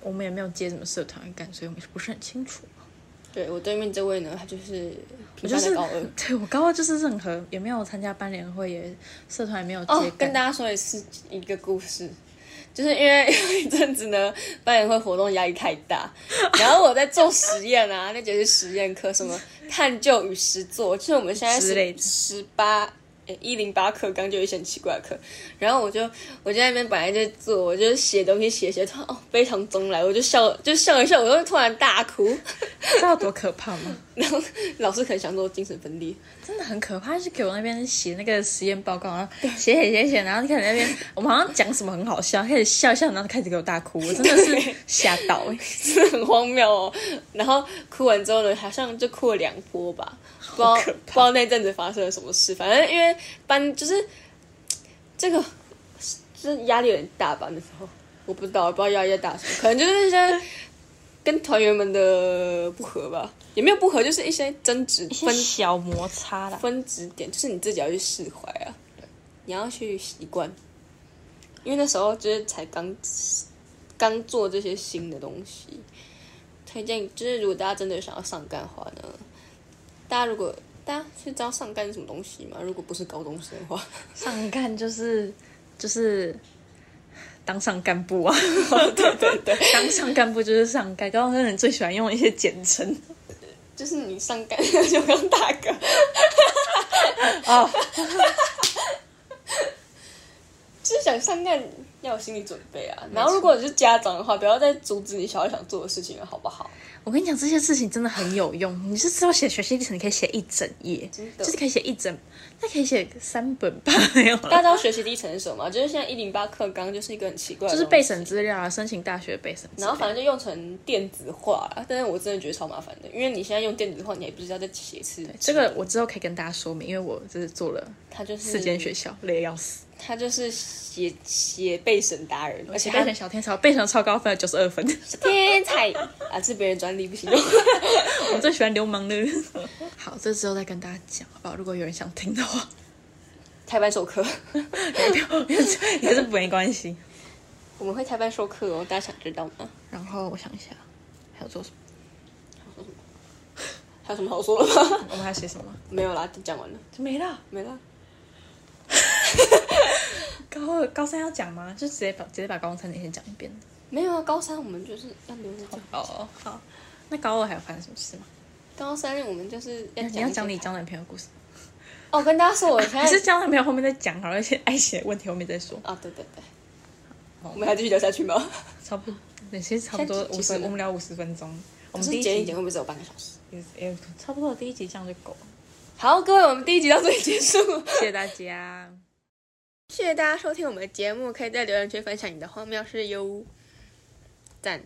Speaker 2: 我们也没有接什么社团干，所以我们不是很清楚。
Speaker 1: 对我对面这位呢，他就是
Speaker 2: 我
Speaker 1: 平
Speaker 2: 就
Speaker 1: 凡
Speaker 2: 是
Speaker 1: 的高二。
Speaker 2: 对我高二就是任何也没有参加班联会，也社团也没有接
Speaker 1: 哦，
Speaker 2: 干
Speaker 1: 跟大家说也是一个故事，就是因为有一阵子呢，班联会活动压力太 大，然后我在做实验啊，那节是实验课，什么探究与实作，就是我们现在
Speaker 2: 之类
Speaker 1: 是
Speaker 2: 的
Speaker 1: 十八。一零八课刚就有一些很奇怪的课，然后我就我就在那边本来就做，我就写东西写写，突然哦非常中来，我就笑就笑一笑，我就突然大哭，
Speaker 2: 知道多可怕吗？
Speaker 1: 然后老师可能想说我精神分裂，
Speaker 2: 真的很可怕，就是给我那边写那个实验报告，然后写写写写，然后就开始那边 我们好像讲什么很好笑，开始笑一笑，然后开始给我大 哭，我真的是吓到哎、
Speaker 1: 真的很荒谬哦。然后哭完之后呢，好像就哭了两波吧，不知道不
Speaker 2: 可
Speaker 1: 知道那阵子发生了什么事。反正因为班就是这个，就是压力有点大吧那时候，我不知道，不知道压力大什么，可能就是一些跟团员们的不合吧，也没有不合，就是一些争执分
Speaker 2: 小摩擦啦，
Speaker 1: 分值点，就是你自己要去释怀啊，你要去习惯，因为那时候就是才刚刚做这些新的东西。推荐就是，如果大家真的有想要上干的话呢，大家如果大家是知道上干是什么东西吗？如果不是高中生的话，
Speaker 2: 上干就是就是当上干部 啊，
Speaker 1: 对对对，
Speaker 2: 当上干部就是上干，高中生人最喜欢用一些简称
Speaker 1: 就是你上干 就跟大哥，
Speaker 2: 哦，
Speaker 1: 就是想上干要有心理准备啊。然后如果你是家长的话，不要再阻止你小孩想做的事情了，好不 好？
Speaker 2: 我跟你讲，这些事情真的很有用。你是知道写学习历程，你可以写一整页，
Speaker 1: 真的
Speaker 2: 就是可以写一整，那可以写三本吧，没有
Speaker 1: 大家
Speaker 2: 啦，
Speaker 1: 知道学习历程是什么吗？就是现在一零八课纲就是一个很奇怪的
Speaker 2: 就
Speaker 1: 东西，
Speaker 2: 是备审资料啊，申请大学备审资料。
Speaker 1: 然后反正就用成电子化啦，但是我真的觉得超麻烦的，因为你现在用电子化，你也不知道在写次。
Speaker 2: 这个我之后可以跟大家说明，因为我这是做了
Speaker 1: 他就是
Speaker 2: 四间学，校，累得要死。
Speaker 1: 他就是写写备审达人，嗯而且
Speaker 2: 写
Speaker 1: 他
Speaker 2: 备审小天才，我备审超高分，九十二分。
Speaker 1: 天才啊，是别人专利不行。
Speaker 2: 我最喜欢流氓了。 好，这之后再跟大家讲，好不好？如果有人想听的话，
Speaker 1: 台版授课，
Speaker 2: 也是没关系。
Speaker 1: 我们会台版授课哦，大家想知道吗？
Speaker 2: 然后我想一下，还有做什么？
Speaker 1: 还有什么好说的吗？
Speaker 2: 我们还要写什么？
Speaker 1: 没有啦，就讲完了，
Speaker 2: 就没了。
Speaker 1: 没了。
Speaker 2: 高二、高三要讲吗？就直接把直接把高中三年先讲一遍。
Speaker 1: 没有啊，高三我们就是要留着讲，
Speaker 2: 哦，好。那高二还有发生什么事吗？
Speaker 1: 高三我们就是要
Speaker 2: 你要讲
Speaker 1: 一
Speaker 2: 你
Speaker 1: 些
Speaker 2: 交男朋友的故事，
Speaker 1: 哦，跟大家说，我现
Speaker 2: 还
Speaker 1: 在
Speaker 2: 是交男朋友后面再讲好了？而且爱情的问题后面再说，
Speaker 1: 啊，对对对，我们还继续聊下 去吗？
Speaker 2: 差不多，对，其实差不多
Speaker 1: 现在
Speaker 2: 五
Speaker 1: 几
Speaker 2: 十，
Speaker 1: 分了
Speaker 2: 我们聊五十分钟。
Speaker 1: 我
Speaker 2: 我们
Speaker 1: 们
Speaker 2: 第
Speaker 1: 是
Speaker 2: 一
Speaker 1: 剪一
Speaker 2: 集
Speaker 1: 剪，会不会只有半个小时？
Speaker 2: 也也差不多，第一集这样就够了。
Speaker 1: 好，各位，我们第一集到这里结束。
Speaker 2: 谢谢大家。
Speaker 1: 谢谢大家收听我们的节目，可以在留言区分享你的荒谬事哟。赞。